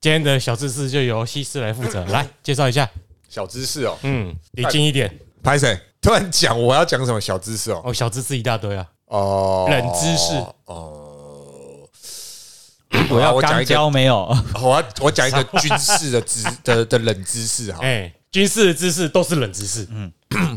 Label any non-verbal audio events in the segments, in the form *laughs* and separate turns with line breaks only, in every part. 今天的小知识就由西施来负责，来介绍一下。
小知识哦，
嗯，离近一点
拍谁？突然讲我要讲什么小知识哦？
哦，小知识一大堆啊。
哦，
冷知识
哦。好
我
啊
要
我讲
钢
一个，
胶没有，
*laughs* 好我要我讲一个军事的
*laughs*
知的的冷知识哈，
哎，军事的知识都是冷知识。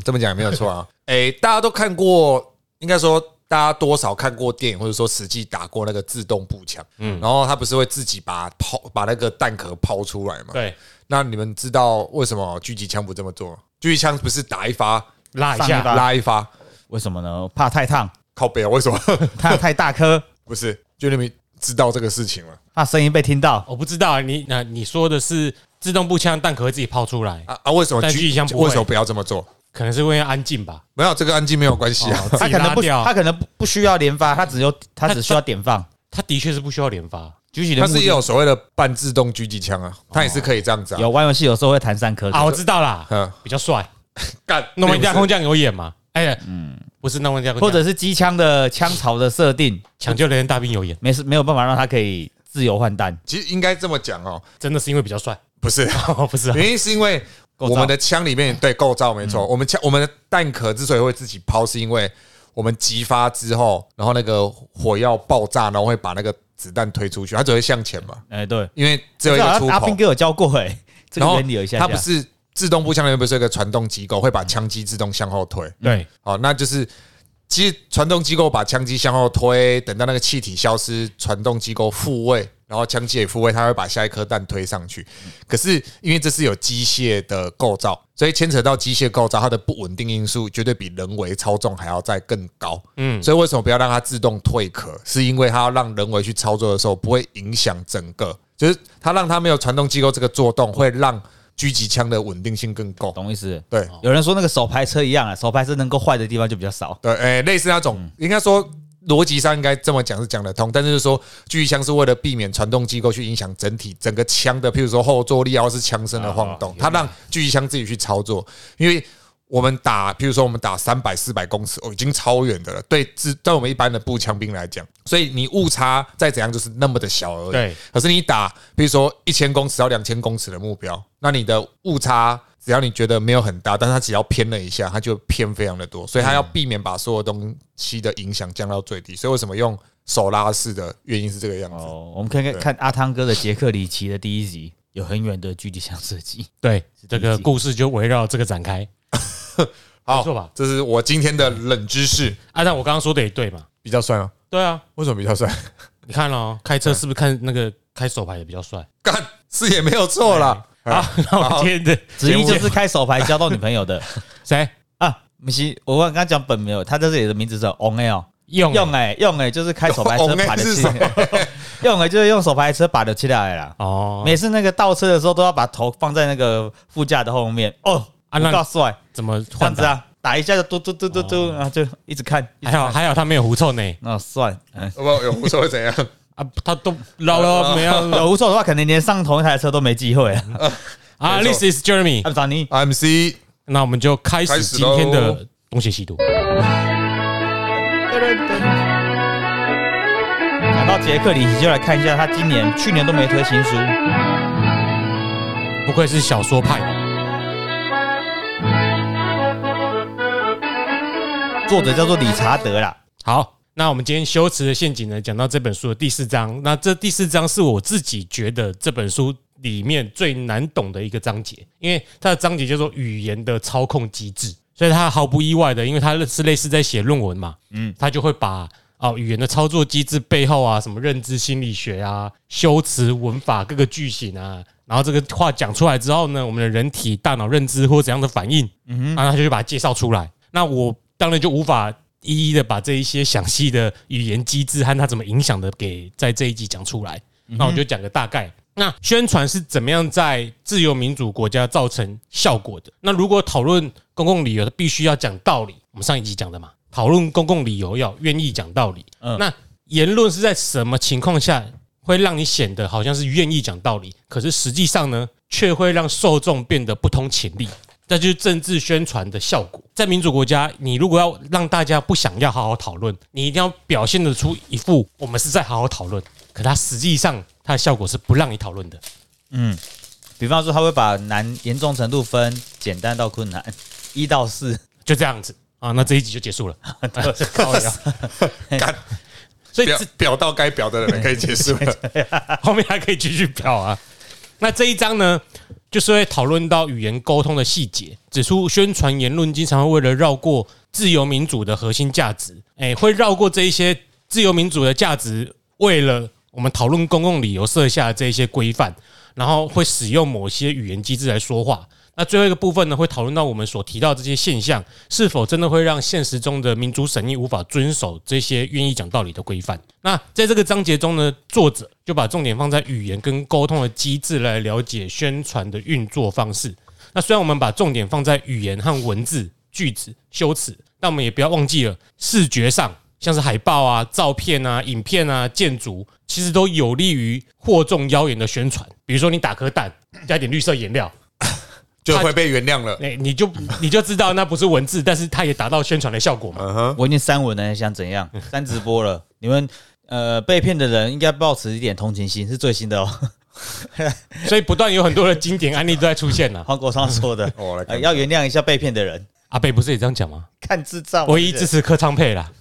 这么讲也没有错啊。哎，大家都看过，应该说大家多少看过电影，或者说实际打过那个自动步枪，嗯，然后它不是会自己把抛把那个弹壳抛出来嘛？
对，
那你们知道为什么狙击枪不这么做吗？狙击枪不是打一发
拉一
上一
下
发
拉一发，
为什么呢？怕太烫，
靠背啊？为什么？ *laughs*
怕太大颗，
不是，就你们知道这个事情了
怕声音被听到。
我不知道啊你那你说的是自动步枪弹壳会自己抛出来，
啊啊？为什么
但狙击枪不会
为什么不要这么做？
可能是为了安静吧？
没有这个安静没有关系 *laughs* 啊。
自
他
己
可能
拉
不，
掉
他可能不不需要连发，他只有他只需要点放。
啊
它的确是不需要连发。
举起的
但
目
是也
的
有所谓的半自动狙击枪啊，它也是可以这样子啊。
有玩游戏有时候会弹三颗
啊，我知道啦，
嗯，
比较帅。
干
诺曼底亚
那不
空
是
降有演嘛？哎，嗯，不是诺曼底亚空降，
或者是机枪的枪槽的设定，
抢救雷恩大兵有演，
没事没有办法让他可以自由换弹。
其实应该这么讲哦，
真的是因为比较帅。
不
*laughs*
是
哦，不是啊，
原因是因为
构
我
造嗯
们的枪里面对构造没错，我们枪我们的弹壳之所以会自己抛，是因为我们击发之后，然后那个火药爆炸，然后会把那个子弹推出去，它只会向前嘛，
哎，对，
因为只有
这
一
个
个出
阿阿
口
兵。哥有教过哎， *laughs* 这个
然后
原理有一下下。
它不是自动步枪里面不是有一个传动机构会把枪机自动向后推？
嗯
对，
好，哦那就是其实传动机构把枪机向后推，等到那个气体消失，传动机构复位，然后枪机也复位，它会把下一颗弹推上去。可是因为这是有机械的构造，所以牵扯到机械构造，它的不稳定因素绝对比人为操纵还要再更高。嗯，所以为什么不要让它自动退壳？是因为它要让人为去操作的时候不会影响整个，就是它让它没有传动机构这个做动，会让狙击枪的稳定性更够。
懂意思？
对，
有人说那个手排车一样啊，手排车能够坏的地方就比较少。
对，诶、呃哎类似那种，应该说逻辑上应该这么讲是讲得通，但是就是说狙击枪是为了避免传动机构去影响整体整个枪的，譬如说后坐力啊，或是枪身的晃动，它让狙击枪自己去操作，因为。我们打，譬如说我们打三百、四百公尺，哦，已经超远的了。对，自对我们一般的步枪兵来讲，所以你误差再怎样就是那么的小而已。
对，
可是你打，比如说一千公尺到两千公尺的目标，那你的误差只要你觉得没有很大，但它只要偏了一下，它就偏非常的多，所以它要避免把所有东西的影响降到最低。所以为什么用手拉式的原因是这个样子。
哦，我们看看
对
看阿汤哥的《杰克里奇》的第一集，有很远的狙击枪射击。
对，这
第
个
一集
故事就围绕这个展开。没错吧
好，这是我今天的冷知识，
啊，但我刚刚说的也对嘛？
比较帅吗？
对啊，
为什么比较帅？
你看哦，开车是不是看那个开手牌也比较帅？
*laughs* 干是也没有错啦。啊
好， *laughs* 那我们今天的
子怡就是开手牌交到女朋友的
谁
啊，不是，我忘了刚讲本名了，他在这里的名字叫 On L，
用啊
用哎用哎就是开手牌车
On Air
把的
是
起
什么，
*laughs* 用哎就是用手牌车把的起来啦。
哦，
每次那个倒车的时候，都要把头放在那个副驾的后面哦，
啊
啊，
那
告诉我
怎么
这
换
样子
的？
啊，打一下就嘟嘟嘟嘟嘟，然后就一直看，一直
还好
看。
还好，他没有狐臭呢
那算，嗯，
有没有有无所谓怎样？
啊，他都老了没有
有无错的话，可能连上同一台车都没机会了。
啊
没错
？This is Jeremy，
阿长，你
MC
那我们就开
开
始
始
今天
喽
的东邪西毒。
讲到杰克里奇，就来看一下他今年、去年都没推新书。
不愧是小说派的，
作者叫做理查德啦，
好。那我们今天《羞耻的陷阱》呢，讲到这本书的第四章。那这第四章是我自己觉得这本书里面最难懂的一个章节，因为它的章节叫做语言的操控机制，所以它毫不意外的，因为它是类似在写论文嘛，嗯，它就会把哦语言的操作机制背后啊，什么认知心理学啊、修辞文法各个句型啊，然后这个话讲出来之后呢，我们的人体大脑认知或怎样的反应，嗯，啊，他就把它介绍出来。那我当然就无法一一的把这一些详细的语言机制和它怎么影响的给在这一集讲出来。那我就讲个大概。那宣传是怎么样在自由民主国家造成效果的？那如果讨论公共理由，必须要讲道理。我们上一集讲的嘛，讨论公共理由要愿意讲道理。
嗯
那言论是在什么情况下会让你显得好像是愿意讲道理，可是实际上呢，却会让受众变得不通情理？这就是政治宣传的效果。在民主国家，你如果要让大家不想要好好讨论，你一定要表现得出一副我们是在好好讨论，可它实际上它的效果是不让你讨论的。
嗯，比方说他会把难严重程度分简单到困难， *laughs* 一到四，
就这样子啊。那这一集就结 *laughs* 束了，靠腰
干
所以
表
这
表到该表的人可以结束 *laughs* 了。
后面还可以继续表啊。 *laughs* 那这一章呢，就是会讨论到语言沟通的细节，指出宣传言论经常会为了绕过自由民主的核心价值，哎、会绕过这一些自由民主的价值，为了我们讨论公共理由设下的这一些规范，然后会使用某些语言机制来说话。那最后一个部分呢，会讨论到我们所提到的这些现象是否真的会让现实中的民主审议无法遵守这些愿意讲道理的规范。那在这个章节中呢，作者就把重点放在语言跟沟通的机制来了解宣传的运作方式。那虽然我们把重点放在语言和文字、句子、修辞，但我们也不要忘记了视觉上，像是海报啊、照片啊、影片啊、建筑，其实都有利于惑众妖言的宣传。比如说，你打颗蛋，加点绿色颜料，
就会被原谅了。
哎、你就你就知道那不是文字，但是它也达到宣传的效果嘛。
嗯哼，，
我已经删文了，还想怎样？ *laughs* 删直播了，你们呃被骗的人应该保持一点同情心，是最新的哦。 *laughs*
所以不断有很多的经典案例都在出现了、
黄国昌说的 *laughs*
哦我来看
呃要原谅一下被骗的人，
阿贝不是也这样讲吗？
看智障。
唯一支持柯昌配啦。哦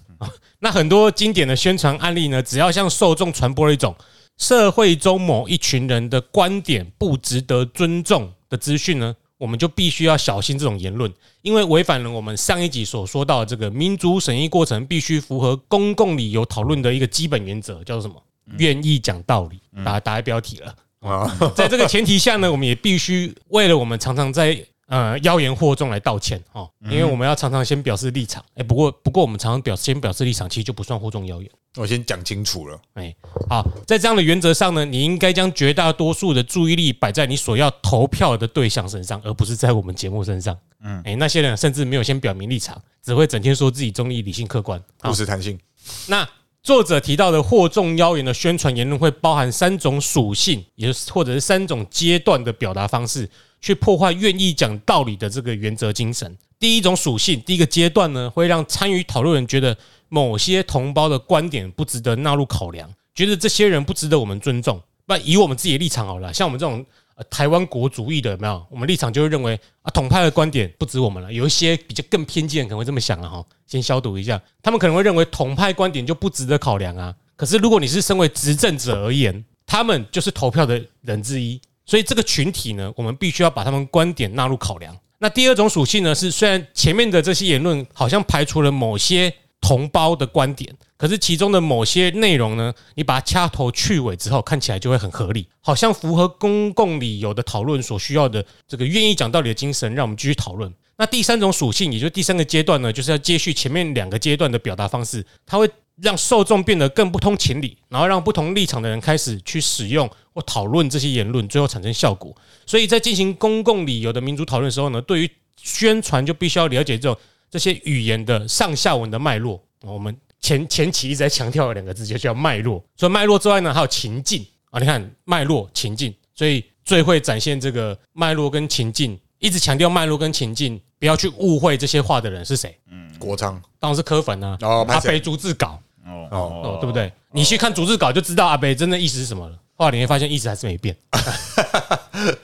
那很多经典的宣传案例呢，只要向受众传播了一种社会中某一群人的观点不值得尊重的资讯呢，我们就必须要小心这种言论，因为违反了我们上一集所说到的这个民主审议过程必须符合公共理由讨论的一个基本原则，叫做什么？愿意讲道理，打打在标题了。
啊，
*laughs* 在这个前提下呢，我们也必须为了我们常常在呃妖言惑众来道歉哦，因为我们要常常先表示立场。哎、不过不过我们常常表先表示立场，其实就不算惑众妖言。
我先讲清楚了。
哎、好，在这样的原则上呢，你应该将绝大多数的注意力摆在你所要投票的对象身上，而不是在我们节目身上。嗯，哎、那些人甚至没有先表明立场，只会整天说自己中立、理性、客观。好
故事弹性，
那作者提到的惑众妖言的宣传言论会包含三种属性，也就是或者是三种阶段的表达方式，去破坏愿意讲道理的这个原则精神。第一种属性，第一个阶段呢，会让参与讨论人觉得某些同胞的观点不值得纳入考量，觉得这些人不值得我们尊重。那以我们自己的立场好了，像我们这种、呃台湾国主义的，有没有？我们立场就会认为啊，统派的观点不止我们了，有一些比较更偏见的可能会这么想了、啊哈。先消毒一下，他们可能会认为统派观点就不值得考量啊。可是如果你是身为执政者而言，他们就是投票的人之一，所以这个群体呢，我们必须要把他们观点纳入考量。那第二种属性呢，是虽然前面的这些言论好像排除了某些同胞的观点，可是其中的某些内容呢，你把它掐头去尾之后，看起来就会很合理，好像符合公共理由的讨论所需要的这个愿意讲道理的精神，让我们继续讨论。那第三种属性，也就是第三个阶段呢，就是要接续前面两个阶段的表达方式，它会让受众变得更不通情理，然后让不同立场的人开始去使用或讨论这些言论，最后产生效果。所以在进行公共理由的民主讨论的时候呢，对于宣传就必须要了解这种这些语言的上下文的脉络。哦我们前前期一直在强调的两个字，就叫脉络。除了脉络之外呢，还有情境啊。你看脉络、情境，所以最会展现这个脉络跟情境。一直强调脉络跟情境，不要去误会这些话的人是谁，
国昌
当然是柯粉啊，
哦
阿
拍谁
北逐字稿
哦
哦，对不？对？你去看逐字稿就知道阿北真的意思是什么了。后来你会发现意思还是没 *laughs* 变，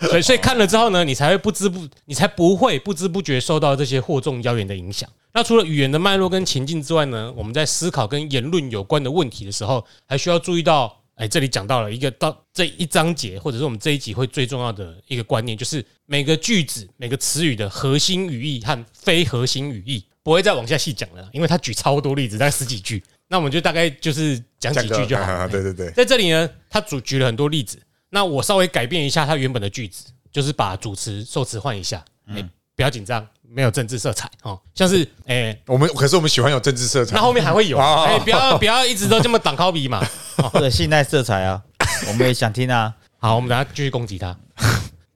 所以所以看了之后呢，你才会不知不，你才不会不知不觉受到这些惑众妖言的影响。那除了语言的脉络跟情境之外呢，我们在思考跟言论有关的问题的时候，还需要注意到，哎，这里讲到了一个到这一章节，或者是我们这一集会最重要的一个观念，就是每个句子、每个词语的核心语义和非核心语义，不会再往下细讲了，因为他举超多例子，大概十几句，那我们就大概就是嗯讲
讲
几句就好
啊
了。
对对对，
在这里呢，他主举了很多例子，那我稍微改变一下他原本的句子，就是把主词、受词换一下，嗯，不要紧张，没有政治色彩哦，像是诶、
我们可是我们喜欢有政治色彩
那。后面还 *laughs* 会有，
哦
哎、不要不要一直都这么挡靠 *laughs* 比嘛。
*laughs* 对，信赖色彩 *laughs* 啊，我们也想听啊。
好，我们等下继续攻击他，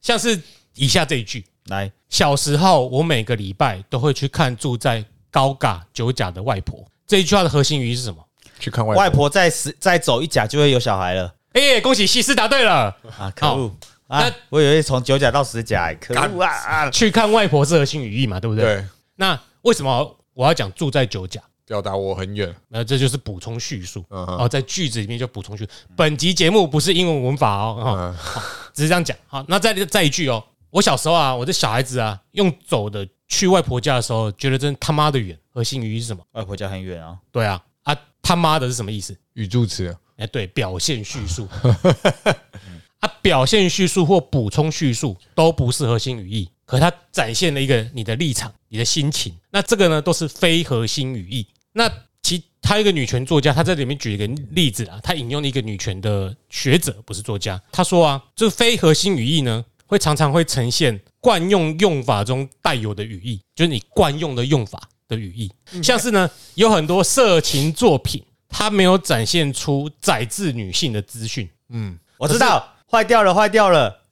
像是以下这一句：
来，
小时候，我每个礼拜都会去看住在高嘎九甲的外婆。这一句话的核心语义是什么？
去看
外婆再十再走一甲就会有小孩了
哎、恭喜西施答对了。
啊！可恶
那
啊！我以为从九甲到十甲，哎可恶啊啊！
去看外婆是核心语义嘛，对不对？
对，
那为什么我要讲住在九甲？
表达我很远。
那这就是补充叙述
嗯哼
哦，在句子里面就补充叙述。本集节目不是英文文法哦，哦
嗯，
只是这样讲。好，那再再一句哦，我小时候啊，我的小孩子啊，用走的去外婆家的时候，觉得真他妈的远。核心语义是什么？
外婆家很远啊，
对啊，啊他妈的是什么意思？
语助词，
哎，对，表现叙述啊，表现叙述或补充叙述都不是核心语义，可它展现了一个你的立场、你的心情。那这个呢，都是非核心语义。那其他有一个女权作家，她在里面举一个例子啊，她引用了一个女权的学者，不是作家，她说啊，这非核心语义呢，会常常会呈现惯用用法中带有的语义，就是你惯用的用法的语义，像是呢，有很多色情作品，它没有展现出宰制女性的资讯，
嗯，
我知道，坏掉了，坏掉了，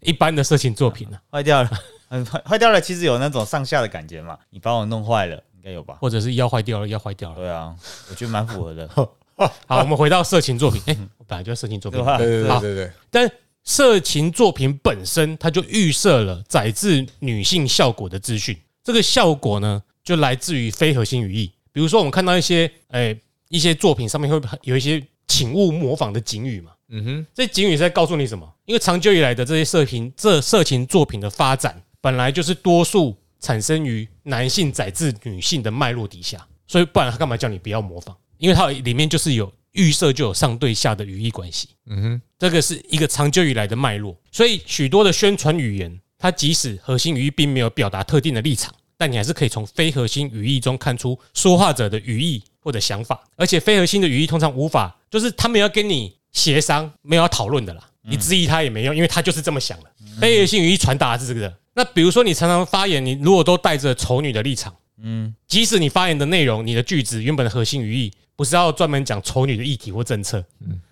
一般的色情作品呢、啊
坏掉了， *laughs* 很坏坏掉了。其实有那种上下的感觉嘛，你把我弄坏了，应该有吧？
或者是腰坏掉了，腰坏掉了。
对啊，我觉得蛮符合
*laughs*
的，
好，我们回到色情作品，哎、我本来就是色情作
对
品，
吧？
对对
好
对对对，
但色情作品本身，它就预设了载至女性效果的资讯。这个效果呢，就来自于非核心语义。比如说，我们看到一些诶、一些作品上面会有一些请勿模仿的警语嘛。
嗯哼，
这警语是在告诉你什么？因为长久以来的这些色情这色情作品的发展，本来就是多数产生于男性载至女性的脉络底下，所以不然他干嘛叫你不要模仿？因为它里面就是有预设就有上对下的语义关系。
嗯哼，
这个是一个长久以来的脉络。所以许多的宣传语言，它即使核心语义并没有表达特定的立场，但你还是可以从非核心语义中看出说话者的语义或者想法。而且非核心的语义通常无法，就是他们要跟你协商，没有要讨论的啦，你质疑他也没用，因为他就是这么想的。非核心语义传达的是这个。那比如说你常常发言，你如果都带着丑女的立场。
嗯，
即使你发言的内容、你的句子原本的核心语义不是要专门讲丑女的议题或政策，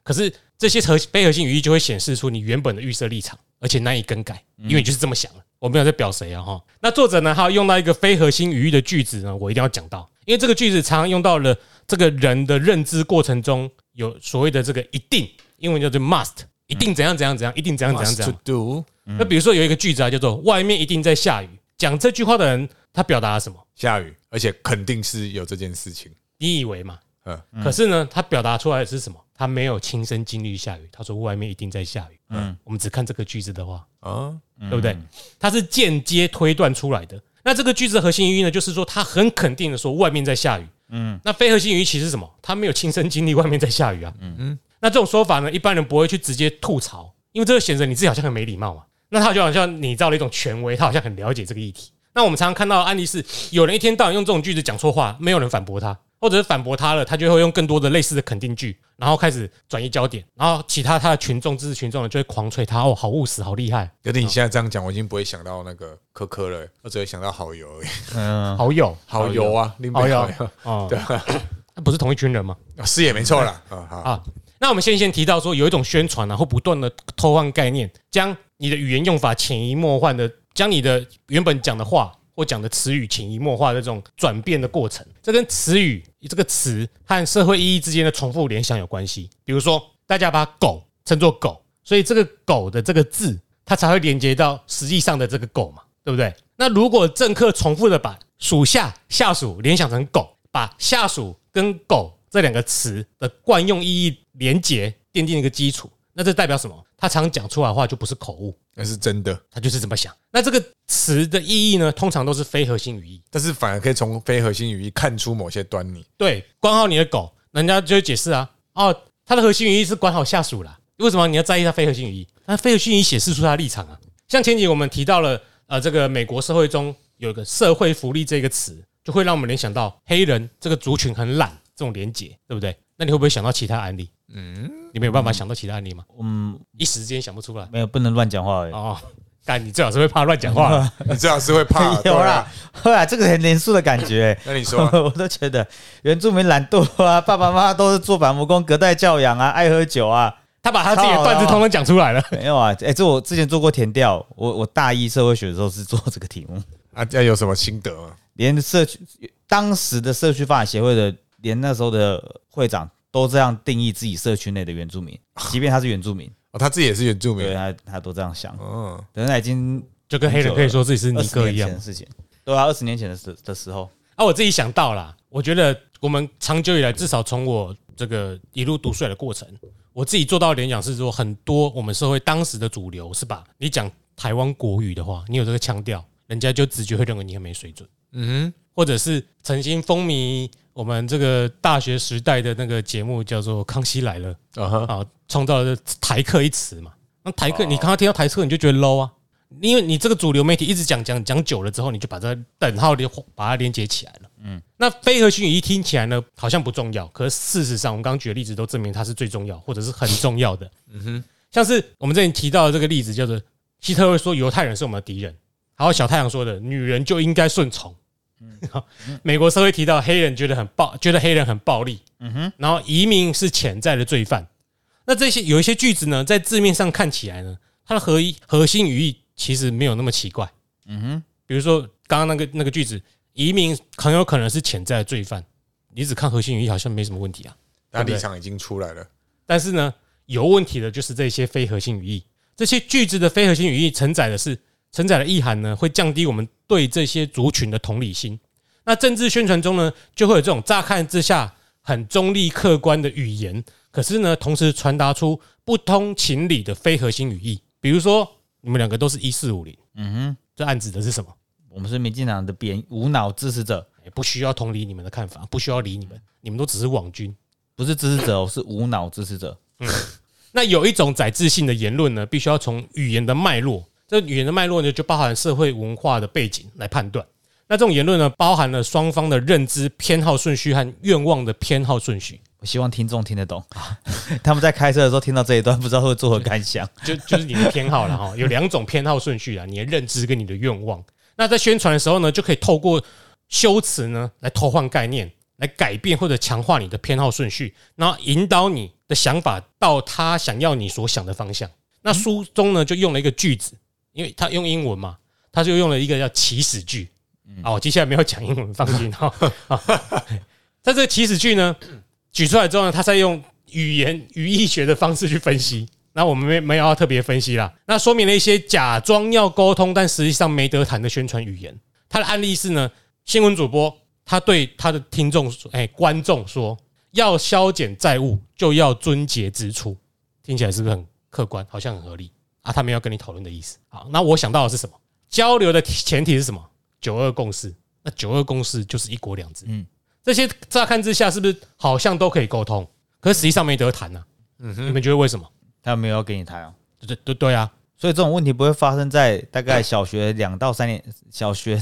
可是这些核非核心语义就会显示出你原本的预设立场，而且难以更改，因为你就是这么想了。我没有在表谁啊哈。那作者呢，他用到一个非核心语义的句子呢，我一定要讲到，因为这个句子常常用到了这个人的认知过程中有所谓的这个一定，英文叫做 must，一定怎样怎样怎样，一定怎样怎样怎样
Must。do
那比如说有一个句子啊，叫做“外面一定在下雨”，讲这句话的人他表达了什么？
下雨，而且肯定是有这件事情，
你以为嘛？
嗯，
可是呢，他表达出来的是什么？他没有亲身经历下雨，他说外面一定在下雨。嗯
嗯，
我们只看这个句子的话，
啊，
嗯
对不对？它是间接推断出来的。那这个句子的核心语义呢，就是说他很肯定的说外面在下雨。
嗯，
那非核心语义其实是什么？他没有亲身经历外面在下雨啊。嗯嗯。那这种说法呢，一般人不会去直接吐槽，因为这个显得你自己好像很没礼貌嘛。那他就好像你造了一种权威，他好像很了解这个议题。那我们常常看到的案例是，有人一天到晚用这种句子讲错话，没有人反驳他，或者是反驳他了，他就会用更多的类似的肯定句，然后开始转移焦点，然后其他他的群众、支持群众呢就会狂吹他哦，好务实，好厉害，
有点你现在这样讲，我已经不会想到那个可可了，我只会想到好油
*laughs*
而已，
嗯，
好友，
好油啊，林北好
好
油，
哦，对，那不是同一群人吗？
啊是也没错
*laughs*
啦，啊好，
啊，那我们先前提到说，有一种宣传啊，会不断的偷换概念，将你的语言用法潜移默化的，将你的原本讲的话或讲的词语潜移默化的这种转变的过程。这跟词语这个词和社会意义之间的重复联想有关系。比如说，大家把狗称作狗，所以这个狗的这个字，它才会连接到实际上的这个狗嘛，对不对？那如果政客重复的把属下、下属联想成狗，把下属跟狗这两个词的惯用意义连结奠定一个基础，那这代表什么？他常讲出来的话就不是口误，
那是真的，
他就是这么想。那这个词的意义呢，通常都是非核心语义。
但是反而可以从非核心语义看出某些端倪，
对，管好你的狗，人家就会解释啊，哦，它的核心语义是管好下属啦。为什么你要在意它非核心语义？它非核心语义显示出它的立场啊。像前几集我们提到了，呃，这个美国社会中有一个社会福利这个词，就会让我们联想到黑人这个族群很懒这种连结，对不对？那你会不会想到其他案例？嗯，你没有办法想到其他案例吗？
嗯，
一时间想不出来
没有，不能乱讲话而已。
哦。干，你最好是会怕乱讲话。
*laughs*
你最好是会怕，
*laughs*
啊对
有
吧
啦？，后来这个很严肃的感觉、
那 *laughs* 你说啊，
*laughs* 我都觉得原住民懒惰啊，爸爸妈妈都是做板木工，隔代教养啊，爱喝酒啊，
他把他自己的段子通通讲出来了。
没有啊，哎、这我之前做过填调，我我大一社会学的时候是做这个题目，
啊，要有什么心得吗？
连社区当时的社区发展协会的，连那时候的会长都这样定义自己社区内的原住民，即便他是原住民，
哦，他自己也是原住
对
民，
他他都这样想，
嗯，
等他已经
就跟黑人可以哦说自己是尼
二十
哥
年
一样
前的，事情，对啊，二十年前的时的时候，
啊，我自己想到啦，我觉得我们长久以来，至少从我这个一路读书来的过程，我自己做到联讲是说，很多我们社会当时的主流是吧？你讲台湾国语的话，你有这个腔调，人家就直觉会认为你很没水准。
嗯
或者是曾经风靡我们这个大学时代的那个节目叫做《康熙来了
哼，啊哈》，
啊，创造了台客一词嘛。那台客，
哦
你刚刚听到台客，你就觉得 low 啊，因为你这个主流媒体一直讲讲讲久了之后，你就把这等号连把它连接起来了。嗯，那非核心语义听起来呢，好像不重要，可是事实上，我们刚刚举的例子都证明它是最重要，或者是很重要的。
嗯哼，
像是我们之前提到的这个例子，叫做希特勒说犹太人是我们的敌人，还有小太阳说的女人就应该顺从。 *laughs* 美国社会提到黑人觉得很暴，觉得黑人很暴力，
嗯哼，
然后移民是潜在的罪犯。那这些有一些句子呢，在字面上看起来呢，它的核一核心语义其实没有那么奇怪。
嗯哼，
比如说刚刚那个那个句子，移民很有可能是潜在的罪犯，你只看核心语义好像没什么问题啊。
那立场已经出来了，
但是呢，有问题的就是这些非核心语义。这些句子的非核心语义承载的是承载的意涵呢，会降低我们对这些族群的同理心。那政治宣传中呢，就会有这种乍看之下很中立客观的语言，可是呢，同时传达出不通情理的非核心语义。比如说，你们两个都是一四五零，
嗯哼，
这暗指的是什么？
我们是民进党的扁无脑支持者，
哎不需要同理你们的看法，不需要理你们，你们都只是网军。
不是支持者哦，是无脑支持者。
那有一种载质性的言论呢，必须要从语言的脉络，这语言的脉络呢，就包含社会文化的背景来判断。那这种言论呢，包含了双方的认知偏好顺序和愿望的偏好顺序，
我希望听众听得懂， *laughs* 他们在开车的时候听到这一段，不知道会作何感想。 *laughs*
就就是你的偏好了哈。有两种偏好顺序啊，你的认知跟你的愿望。那在宣传的时候呢，就可以透过修辞呢来偷换概念，来改变或者强化你的偏好顺序，然后引导你的想法到他想要你所想的方向。那书中呢就用了一个句子，因为他用英文嘛，他就用了一个叫起始句。啊，我接下来没有讲英文，放心哈。啊 *laughs* 在这个起始句呢举出来之后呢，他再用语言语义学的方式去分析。那我们没没有要特别分析啦，那说明了一些假装要沟通，但实际上没得谈的宣传语言。他的案例是呢，新闻主播他对他的听众说，哎、观众说，要削减债务就要尊节支出，听起来是不是很客观？好像很合理啊。他没有跟你讨论的意思。好，那我想到的是什么？交流的前提是什么？九二共识。那九二共识就是一国两制。
嗯
嗯，这些乍看之下是不是好像都可以沟通？可是实际上没得谈呐、
嗯
你
哼，
们觉得为什么？
他没有要给你谈哦，
对对对对啊，
所以这种问题不会发生在大概小学两到三年，小学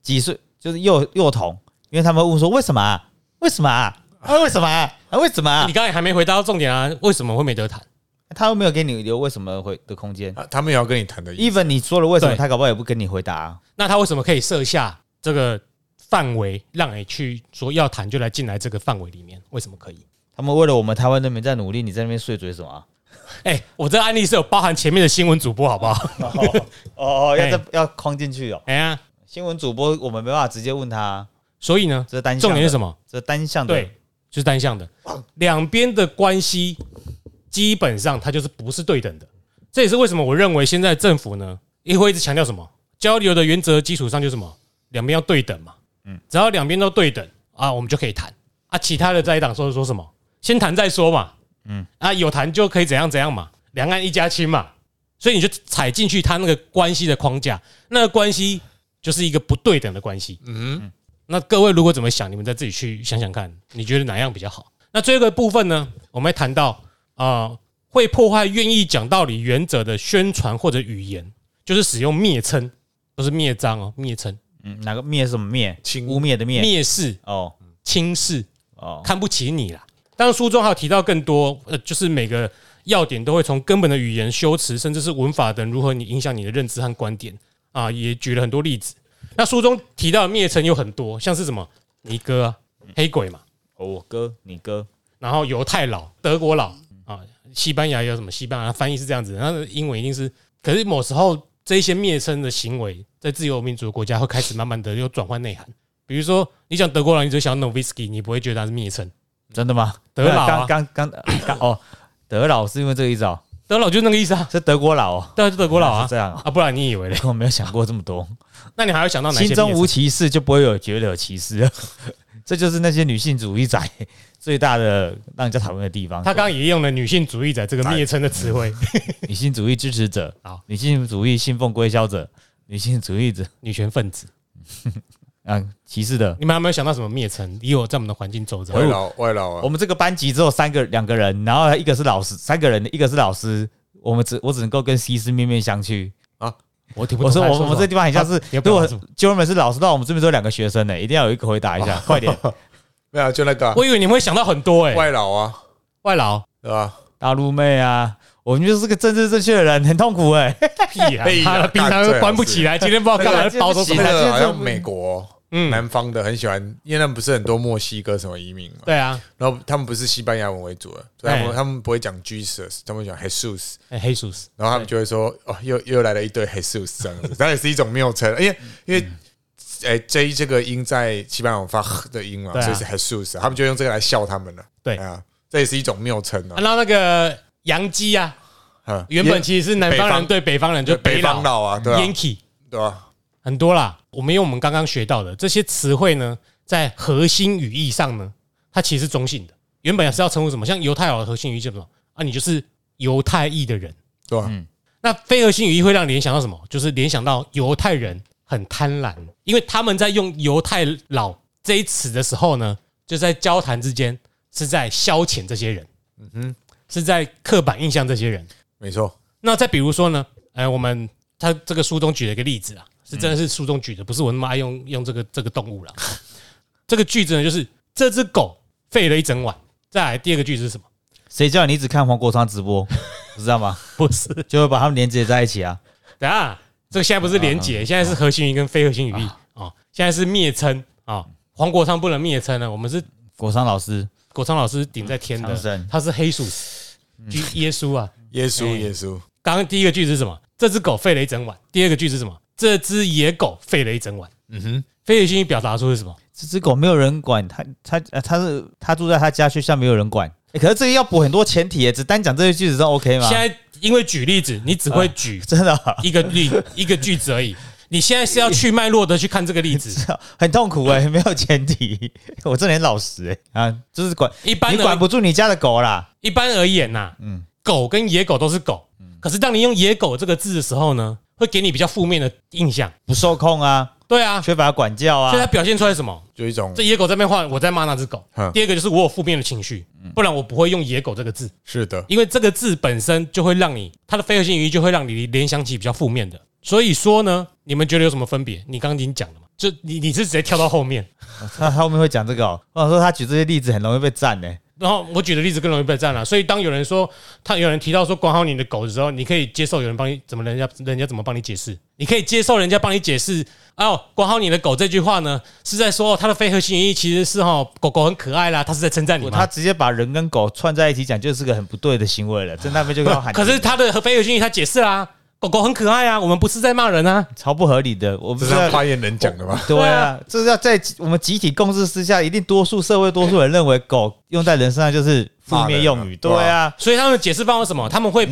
几岁就是幼幼童，因为他们会问说为什么啊？为什么啊？啊为什么啊？啊为什么啊
你？刚才还没回答到重点啊，为什么会没得谈？
他又没有给你留为什么回的空间。
啊他们也要跟你谈的意思，
even 你说了为什么，
对
他搞不好也不跟你回答啊、
那他为什么可以设下这个范围，让你去说要谈就来进来这个范围里面？为什么可以？
他们为了我们台湾人民在努力，你在那边碎嘴什么、啊？
哎、我这个案例是有包含前面的新闻主播，好不好？
哦哦，要这
哎
要框进去哦。
*laughs* 哎呀，
新闻主播我们没办法直接问他啊，
所以呢，
这是单向
重
的
点是什么？
这是单向的
对，就是单向的，两边的关系基本上它就是不是对等的。这也是为什么我认为现在政府呢，也会一直强调什么交流的原则基础上就是什么，两边要对等嘛。嗯，只要两边都对等啊，我们就可以谈啊。其他的在野党说说什么，先谈再说嘛。嗯，啊，有谈就可以怎样怎样嘛，两岸一家亲嘛。所以你就踩进去他那个关系的框架，那个关系就是一个不对等的关系。
嗯
那各位如果怎么想，你们再自己去想想看，你觉得哪样比较好？那最后一个部分呢，我们会谈到啊、呃会破坏愿意讲道理原则的宣传或者语言，就是使用蔑称，不是蔑张哦，蔑称、
嗯，哪个灭什么灭？
亲
污蔑的蔑。
蔑视、
哦
轻视、
哦，
看不起你啦。当然，书中还有提到更多，呃，就是每个要点都会从根本的语言修辞，甚至是文法等如何你影响你的认知和观点啊，也举了很多例子。那书中提到的蔑称有很多，像是什么尼哥、啊、黑鬼嘛，
哦我哥，你哥，
然后犹太佬、德国佬啊，西班牙有什么西班牙翻译是这样子，那英文一定是。可是某时候这一些蔑称的行为，在自由民主的国家会开始慢慢的又转换内涵。比如说，你讲德国佬，你只想到 Novisky，你不会觉得他是蔑称。
真的吗？
德老啊
刚刚刚刚哦，德老是因为这个意思哦，
德老就是那个意思啊， *laughs*
是德国佬哦，
对啊，就德国佬啊
是这样哦。 *laughs*
啊，不然你以为嘞？ *laughs*
我没有想过这么多，
那你还会想到哪些蔑
心
称？
中无歧视就不会有觉得有歧视了。 *laughs* 这就是那些女性主义仔 *laughs* 最大的让人家讨论的地方。
他刚刚也用了女性主义者这个灭称的词汇，
*laughs* 女性主义支持者
好，
女性主义信奉归销者，女性主义者
女权分子。
啊，歧视的。
你们有没有想到什么灭称？以我在我们的环境周遭
我，也老，我也老
我
啊，
们这个班级只有三个两个人，然后一个是老师，三个人，一个是老师。我们只我只能够跟西施面面相觑。
我听不
我
懂他在
说我
说什么。
们我们这地方很像是，
你要表
如
达
果
什么
纠们是老师，那我们这边只有两个学生呢，一定要有一个回答一下，快点。
没有就那个啊
我以为你们会想到很多哎，
*laughs* 外劳啊，
外劳
对吧？
大陆妹啊，我们就是个政治正确的人，很痛苦哎、
屁
*laughs*
啊，
屁啊
他的冰
干
箱
最
都
好
关不
是
起来，今天不知道干嘛包走什
你
么
看
那。
现
个
在
好
这
像
不
美国
嗯，
南方的很喜欢，因为他们不是很多墨西哥什么移民嘛，
对啊，
然后他们不是西班牙文为主的，所以他
哎
们他们不会讲 Jesus，他们讲 Jesus，
哎黑鼠死
然后他们就会说哦，又又来了一堆 Jesus 这样子，它也是一种谬称，因为
嗯
因为。哎，J 这个音在西班牙文发 “h” 的音嘛，
对啊
所以是 Jesus，他们就用这个来笑他们了。
对
啊，这也是一种谬称啊
啊，。然后那个洋基啊，
嗯
原本其实是南方人对北方人，就
北
佬
方、佬啊，对啊，
Yankee
对啊，
很多啦。我们用我们刚刚学到的这些词汇呢，在核心语义上呢，它其实是中性的。原本是要称呼什么？像犹太佬的核心语义叫什么？啊，你就是犹太裔的人。
对
嗯
啊，
那非核心语义会让联想到什么？就是联想到犹太人很贪婪，因为他们在用“犹太佬”这一词的时候呢，就在交谈之间是在消遣这些人，嗯哼，是在刻板印象这些人。
没错，
那再比如说呢，呃，我们他这个书中举了一个例子啊，是真的是书中举的，不是我那么爱用用这个这个动物啦。这个句子呢，就是这只狗吠了一整晚。再来第二个句子是什么？
*laughs* 谁叫你一直看黄国昌直播，知道 *laughs* 吗？
不是，
就会把他们连接在一起啊。
等一下，这个现在不是连结，现在是核心语义跟非核心语义
啊
哦，现在是灭称啊。黄国昌不能灭称了，啊我们是
国昌老师，
国昌老师顶在天
长生嗯
的，他是黑鼠，居耶稣啊。
耶稣，耶稣，
刚刚第一个句子是什么？这只狗吠了一整晚。第二个句子是什么？这只野狗吠了一整晚。
嗯哼，
非核心语义表达出是什么？
这只狗没有人管，它它呃它是它住在他家，学校没有人管。欸可是这个要补很多前提耶，只单讲这些句子都 OK 吗
现？在因为举例子，你只会举
真的啊、
一个
*laughs*
例一个句子而已。你现在是要去脉络的去看这个例
*laughs*
子，
很痛苦哎、 *laughs* 没有前提， *laughs* 我这人老实哎、啊，就是管
一般
你
而
管不住你家的狗啦。
一般而言呐、
嗯
狗跟野狗都是狗，可是当你用野狗这个字的时候呢，会给你比较负面的印象。
不受控啊，
对啊，所
缺乏管教啊嗯
以，它表现出来是什么？
就一种
这野狗这边话，我在骂那只狗
嗯。
第二个就是我有负面的情绪，
嗯
不然我不会用野狗这个字，
是的，
因为这个字本身就会让你它的非核心语义就会让你联想起比较负面的。所以说呢，你们觉得有什么分别？你刚刚已经讲了嘛，就你你是直接跳到后面。
他后面会讲这个哦。我想说他举这些例子很容易被赞呢、
然后我举的例子更容易被占了，啊所以当有人说他有人提到说管好你的狗的时候，你可以接受有人帮你怎么人家人家怎么帮你解释，你可以接受人家帮你解释哦，管好你的狗这句话呢是在说、哦、它的非核心意义其实是哈、哦、狗狗很可爱啦，它是在称赞你
他
吗？
直接把人跟狗串在一起讲，就是个很不对的行为了。在那边就跟我喊，
可是它的非核心意义它解释啦、狗狗很可爱啊，我们不是在骂人啊，
超不合理的，我不
这
知
是
道
他。发言人讲的吗？
对啊，这是要在我们集体共识之下，一定多数社会多数人认为狗用在人身上就是负面用语。
骂人啊
对啊，
所以他们解释方法是什么？他们会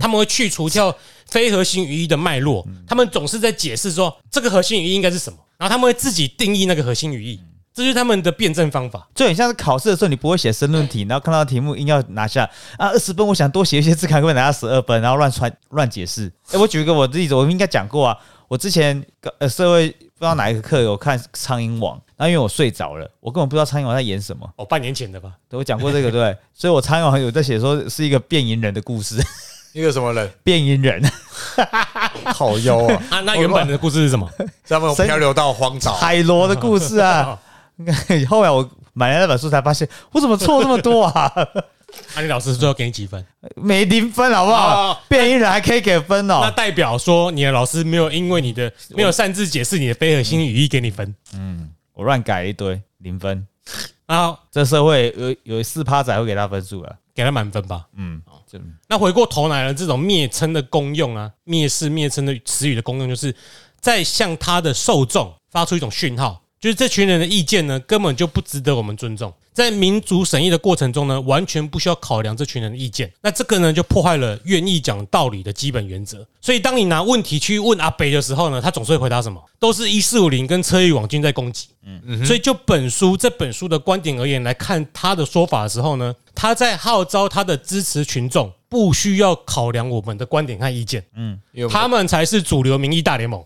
他们会去除掉非核心语义的脉络，他们总是在解释说这个核心语义应该是什么，然后他们会自己定义那个核心语义，这就是他们的辩证方法。
就很像是考试的时候，你不会写申论题，然后看到题目硬要拿下啊二十分，我想多写一些字，可能会拿到十二分，然后乱传乱解释。哎，我举一个我的例子，我应该讲过啊，我之前呃社会不知道哪一个课有看《苍蝇网》，然后因为我睡着了，我根本不知道苍蝇网在演什么。
哦，半年前的吧。
对我讲过这个对，所以我苍蝇网有在写说是一个变蝇人的故事，
一个什么人？
变蝇人
好
*laughs*
妖啊！
啊，那原本的故事是什么？ *laughs*
他们有漂流到荒岛，
海螺的故事啊。 *laughs* 后来我买了那本书才发现，我怎么错这么多啊？
啊，你老师最后给你几分？
没零分好不好？
哦
变音人还可以给分哦。
那代表说你的老师没有因为你的没有擅自解释你的非核心语义给你分
我乱改了一堆零分，
啊，
这社会有有四趴仔会给他分数了。
给他满分吧。
嗯，
哦
就
那回过头来了，这种蔑称的功用啊，蔑视、蔑称的词语的功用，就是在向他的受众发出一种讯号，就是这群人的意见呢，根本就不值得我们尊重。在民主审议的过程中呢，完全不需要考量这群人的意见。那这个呢，就破坏了愿意讲道理的基本原则。所以，当你拿问题去问阿北的时候呢，他总是会回答什么？都是一四五零跟车玉网军在攻击。嗯，所以就本书这本书的观点而言来看他的说法的时候呢，他在号召他的支持群众，不需要考量我们的观点和意见。
因为我们
他们才是主流民意大联盟。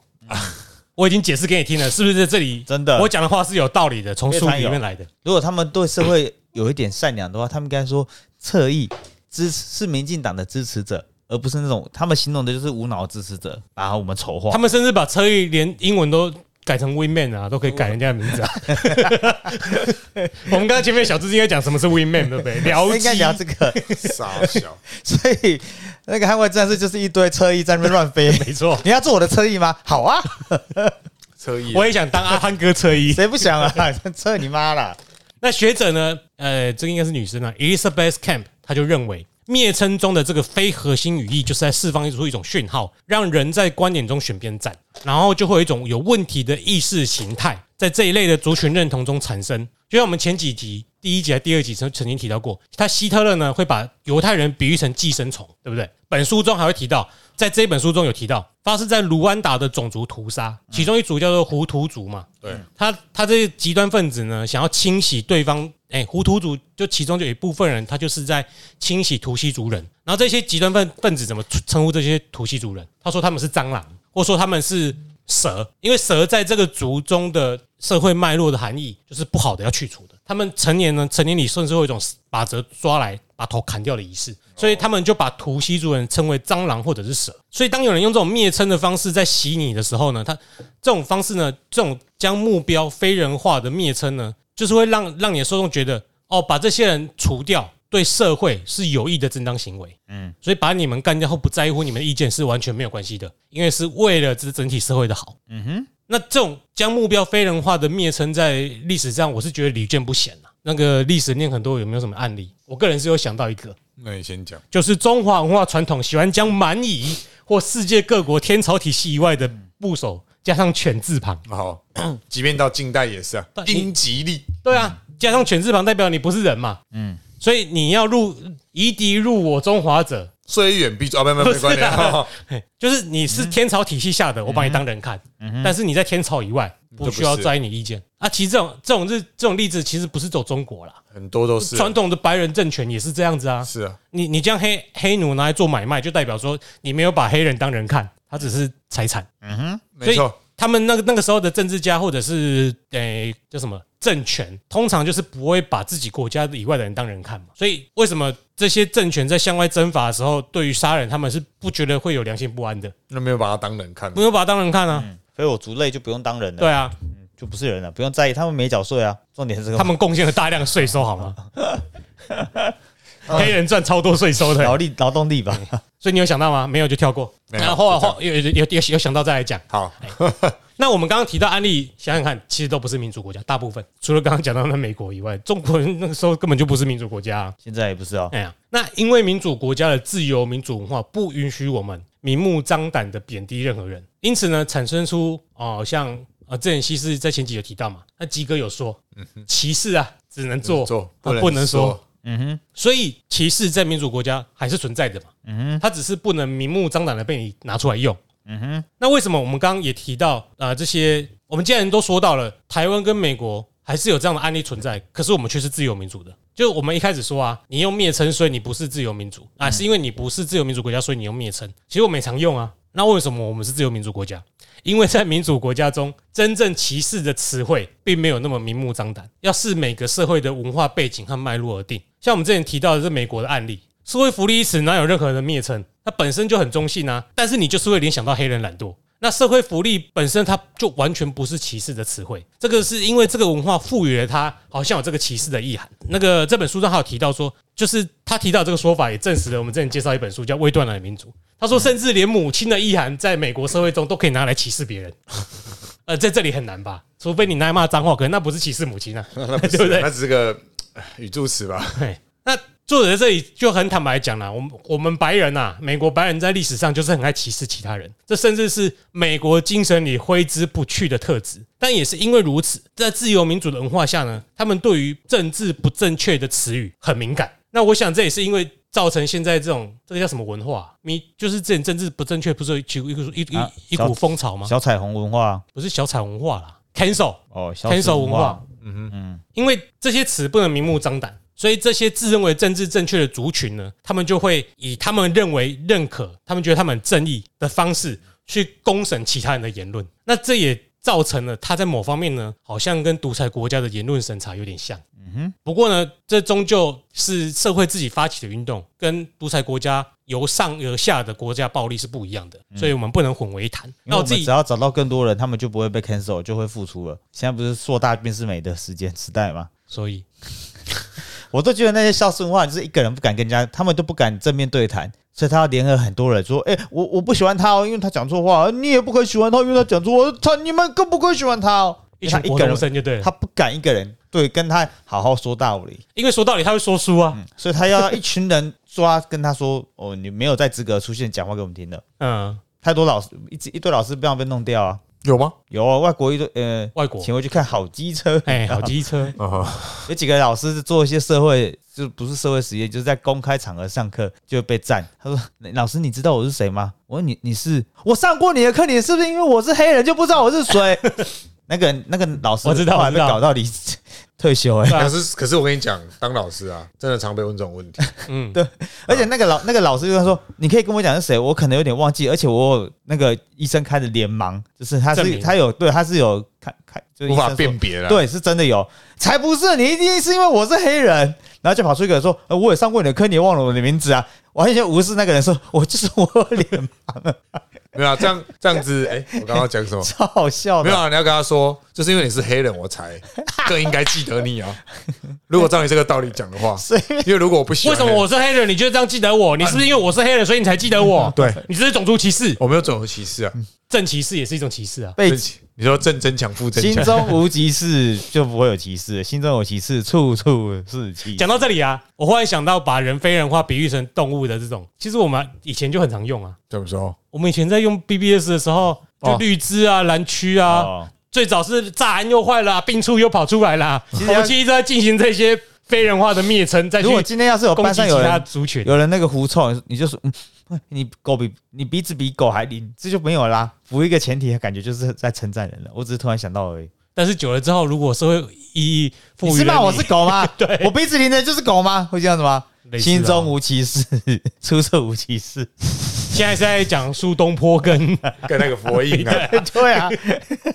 我已经解释给你听了，是不是在这里
嗯真的
我讲的话是有道理的，从书里面来的。
如果他们对社会有一点善良的话，他们应该说侧翼支持是民进党的支持者，而不是那种他们形容的就是无脑支持者，把我们丑化
他。们甚至把车玉连英文都改成 Winman 啊，都可以改人家的名字啊。 *laughs* 我们刚才前面小智应该讲什么是 Winman，对不对？聊
*laughs* 应该
机
聊这个， *laughs*
傻笑，
所以那个韩国战士就是一堆侧翼在那边乱
*laughs*
飞。
没错，
你要做我的侧翼吗？好啊，
车啊意
我也想当阿汉哥车衣。
谁不想啊？ *laughs* 侧你妈啦！
那学者呢？呃，这个应该是女生啊，Elizabeth Camp，她就认为蔑称中的这个非核心语义，就是在释放出一种讯号，让人在观点中选边站，然后就会有一种有问题的意识形态在这一类的族群认同中产生。就像我们前几集第一集还第二集曾曾经提到过，他希特勒呢会把犹太人比喻成寄生虫，对不对？本书中还会提到，在这本书中有提到发生在卢安达的种族屠杀，其中一组叫做胡图族嘛，
对，
他他这些极端分子呢，想要清洗对方，哎、胡图族就其中就有一部分人，他就是在清洗图西族人。然后这些极端分分子怎么称呼这些图西族人？他说他们是蟑螂，或说他们是蛇，因为蛇在这个族中的社会脉络的含义就是不好的，要去除的。他们成年呢，成年礼甚至会有一种把蛇抓来把头砍掉的仪式，所以他们就把图西族人称为蟑螂或者是蛇。所以当有人用这种蔑称的方式在洗你的时候呢，他这种方式呢，这种将目标非人化的蔑称呢，就是会让让你的受众觉得，哦，把这些人除掉对社会是有益的正当行为。嗯，所以把你们干掉后不在乎你们的意见是完全没有关系的，因为是为了这整体社会的好。嗯哼，那这种将目标非人化的蔑称，在历史上我是觉得屡见不鲜啊。那个历史念很多，有没有什么案例？我个人是有想到一个，
那你先讲，
就是中华文化传统喜欢将蛮夷或世界各国天朝体系以外的部首加上犬字旁。
好， *clears throat* 即便到近代也是啊，
但你
英吉利
对啊，加上犬字旁代表你不是人嘛。嗯，所以你要入夷狄入我中华者，
虽远必诛啊，没没没关系啊，
嘿就是你是天朝体系下的，我把你当人看。但是你在天朝以外，不需要
就不是
在意你意见啊。其实这种这种是这种例子，其实不是走中国啦，
很多都是啊
传统的白人政权也是这样子啊。
是啊，
你你将黑黑奴拿来做买卖，就代表说你没有把黑人当人看，他只是财产。所
没
以
错，
他们那个那个时候的政治家或者是诶、叫什么政权，通常就是不会把自己国家以外的人当人看嘛。所以为什么这些政权在向外征伐的时候，对于杀人他们是不觉得会有良心不安的，
那没有把他当人看
没，有把他当人看啊？
嗯
所以我族类就不用当人了，
对啊，
就不是人了，不用在意他们没缴税啊。重点是这个
他们贡献了大量的税收，好
*laughs*
吗？黑人赚超多税收的，
劳力劳动力吧。
所以你有想到吗？没有就跳过。
没有
然后后来
就这
后
样
有有有有有想到再来讲。
好，
那我们刚刚提到案例，想想看，其实都不是民主国家，大部分除了刚刚讲到那美国以外，中国人那个时候根本就不是民主国家、啊。
现在也不是哦，
*laughs* 哎呀，那因为民主国家的自由民主文化不允许我们明目张胆的贬低任何人，因此呢，产生出哦、像呃，这点西是在前几有提到嘛，那鸡哥有说，歧视啊，只能做
做
啊不能说。
嗯哼，
所以歧视在民主国家还是存在的嘛，嗯，它只是不能明目张胆的被你拿出来用，嗯哼。那为什么我们刚刚也提到啊，这些我们既然都说到了台湾跟美国还是有这样的案例存在，可是我们却是自由民主的。就我们一开始说啊，你用蔑称，所以你不是自由民主啊，是因为你不是自由民主国家，所以你用蔑称。其实我们也常用啊。那为什么我们是自由民主国家？因为在民主国家中，真正歧视的词汇并没有那么明目张胆，要视每个社会的文化背景和脉络而定。像我们之前提到的是美国的案例，社会福利一词哪有任何的蔑称？它本身就很中性啊，但是你就是会联想到黑人懒惰。那社会福利本身它就完全不是歧视的词汇，这个是因为这个文化赋予了它好像有这个歧视的意涵。那个这本书上还有提到说，就是他提到这个说法也证实了我们之前介绍一本书叫《未断奶民族》，他说甚至连母亲的意涵在美国社会中都可以拿来歧视别人， *laughs* 呃，在这里很难吧？除非你拿来 *laughs* 骂脏话，可能那不是歧视母亲啊，对不对？
那只是个呃语助词吧，
嘿，那作者在这里就很坦白讲了，我们我们白人呐、啊，美国白人在历史上就是很爱歧视其他人，这甚至是美国精神里挥之不去的特质。但也是因为如此，在自由民主的文化下呢，他们对于政治不正确的词语很敏感。那我想这也是因为造成现在这种这个叫什么文化啊？你就是之前政治不正确，不是有一股一股一股
啊
一
小
股风潮吗？
小彩虹文化
不是小产文化啦，cancel
哦，小
cancel 文化，
嗯哼，
因为这些词不能明目张胆，所以这些自认为政治正确的族群呢，他们就会以他们认为认可、他们觉得他们很正义的方式去公审其他人的言论。那这也造成了他在某方面呢，好像跟独裁国家的言论审查有点像。
嗯
不过呢，这终究是社会自己发起的运动，跟独裁国家由上而下的国家暴力是不一样的，所以我们不能混为一谈。
嗯因为
那
我
我
们
自己
只要找到更多人，他们就不会被 cancel，就会付出了。现在不是硕大便是美的时间时代吗？
所以
我都觉得那些孝顺话，就是一个人不敢跟人家，他们都不敢正面对谈，所以他要联合很多人说：“哎、我我不喜欢他哦，因为他讲错话；你也不可以喜欢他，因为他讲错话。他你们更不可以喜欢他哦。”
一
因为他
群
一
国
个
中
人，
生就对了
他，不敢一个人对跟他好好说道理，
因为说道理他会说书啊，
所以他要一群人抓跟他说：“哦，你没有在资格出现讲话给我们听的。 *laughs*
嗯，”
太多老师一直一堆老师不想被弄掉啊，
有吗？
有啊，外国一堆呃，
外国
请回去看好机车，
哎，好机车，
*laughs*
哦，
有几个老师是做一些社会，就不是社会实验，就是在公开场合上课就被赞。他说：“老师，你知道我是谁吗？”我说：“你你是我上过你的课，你是不是因为我是黑人就不知道我是谁？” *laughs* 那个那个老师
我知道
后来被
我知道
搞到离职退休哎、
对啊
可是可是我跟你讲，当老师啊，真的常被问这种问题。
嗯，
而且那个老那个老师就说：“你可以跟我讲是谁，我可能有点忘记，而且我有那个医生开的脸盲，就是他
证
是
明
他有对他是有看看，就
无
是医生
法
说
辨别了。，
对，是真的有，才不是！你一定是因为我是黑人，然后就跑出一个人说：“呃，我也上过你的课，你也忘了我的名字啊！”完全无视那个人说：“我就是我的脸。
没有啊，这样这
*laughs*
样子，哎、我刚刚讲什么”？
超好笑
没有
的。
啊，你要跟他说，就是因为你是黑人，我才更应该记得你啊。如果照你这个道理讲
*laughs*
的话，
所以
因为如果我不喜
为什
欢黑人，
么我是黑人，你就这样记得
啊
我？你是不是因为我是黑人，所以你才记得
嗯
我？
对
你这是种族歧视，
我没有种族歧视啊？
正歧视也是一种歧视啊。
被
正你说正增强负增
心
强，
中无歧视就不会有歧视，心中有歧视处处是歧视
讲。到这里啊，我忽然想到把人非人化比喻成动物的这种，其实我们以前就很常用啊。
怎么说？
我们以前在用 BBS 的时候，就
哦
绿枝啊、蓝区啊，
哦，
最早是栅栏又坏了，病畜又跑出来啦。
实
我们其实在进行这些非人化的灭称，再去
如果今天要是有
攻
班
击
上
其
有
他
人
族群。
有人那个狐臭，你就说嗯，你狗比你鼻子比狗还灵，这就没有啦。服一个前提，感觉就是在称赞人了。我只是突然想到而已。
但是久了之后，如果社会意义赋予
你
了
是骂我是狗吗？
*laughs* 对
我鼻子灵的就是狗吗？会这样子吗？
类似啊
心中无歧视，出处无
*laughs*
歧视。
现在是在讲苏东坡
*laughs*
跟
跟那个佛印啊，
对啊， *laughs*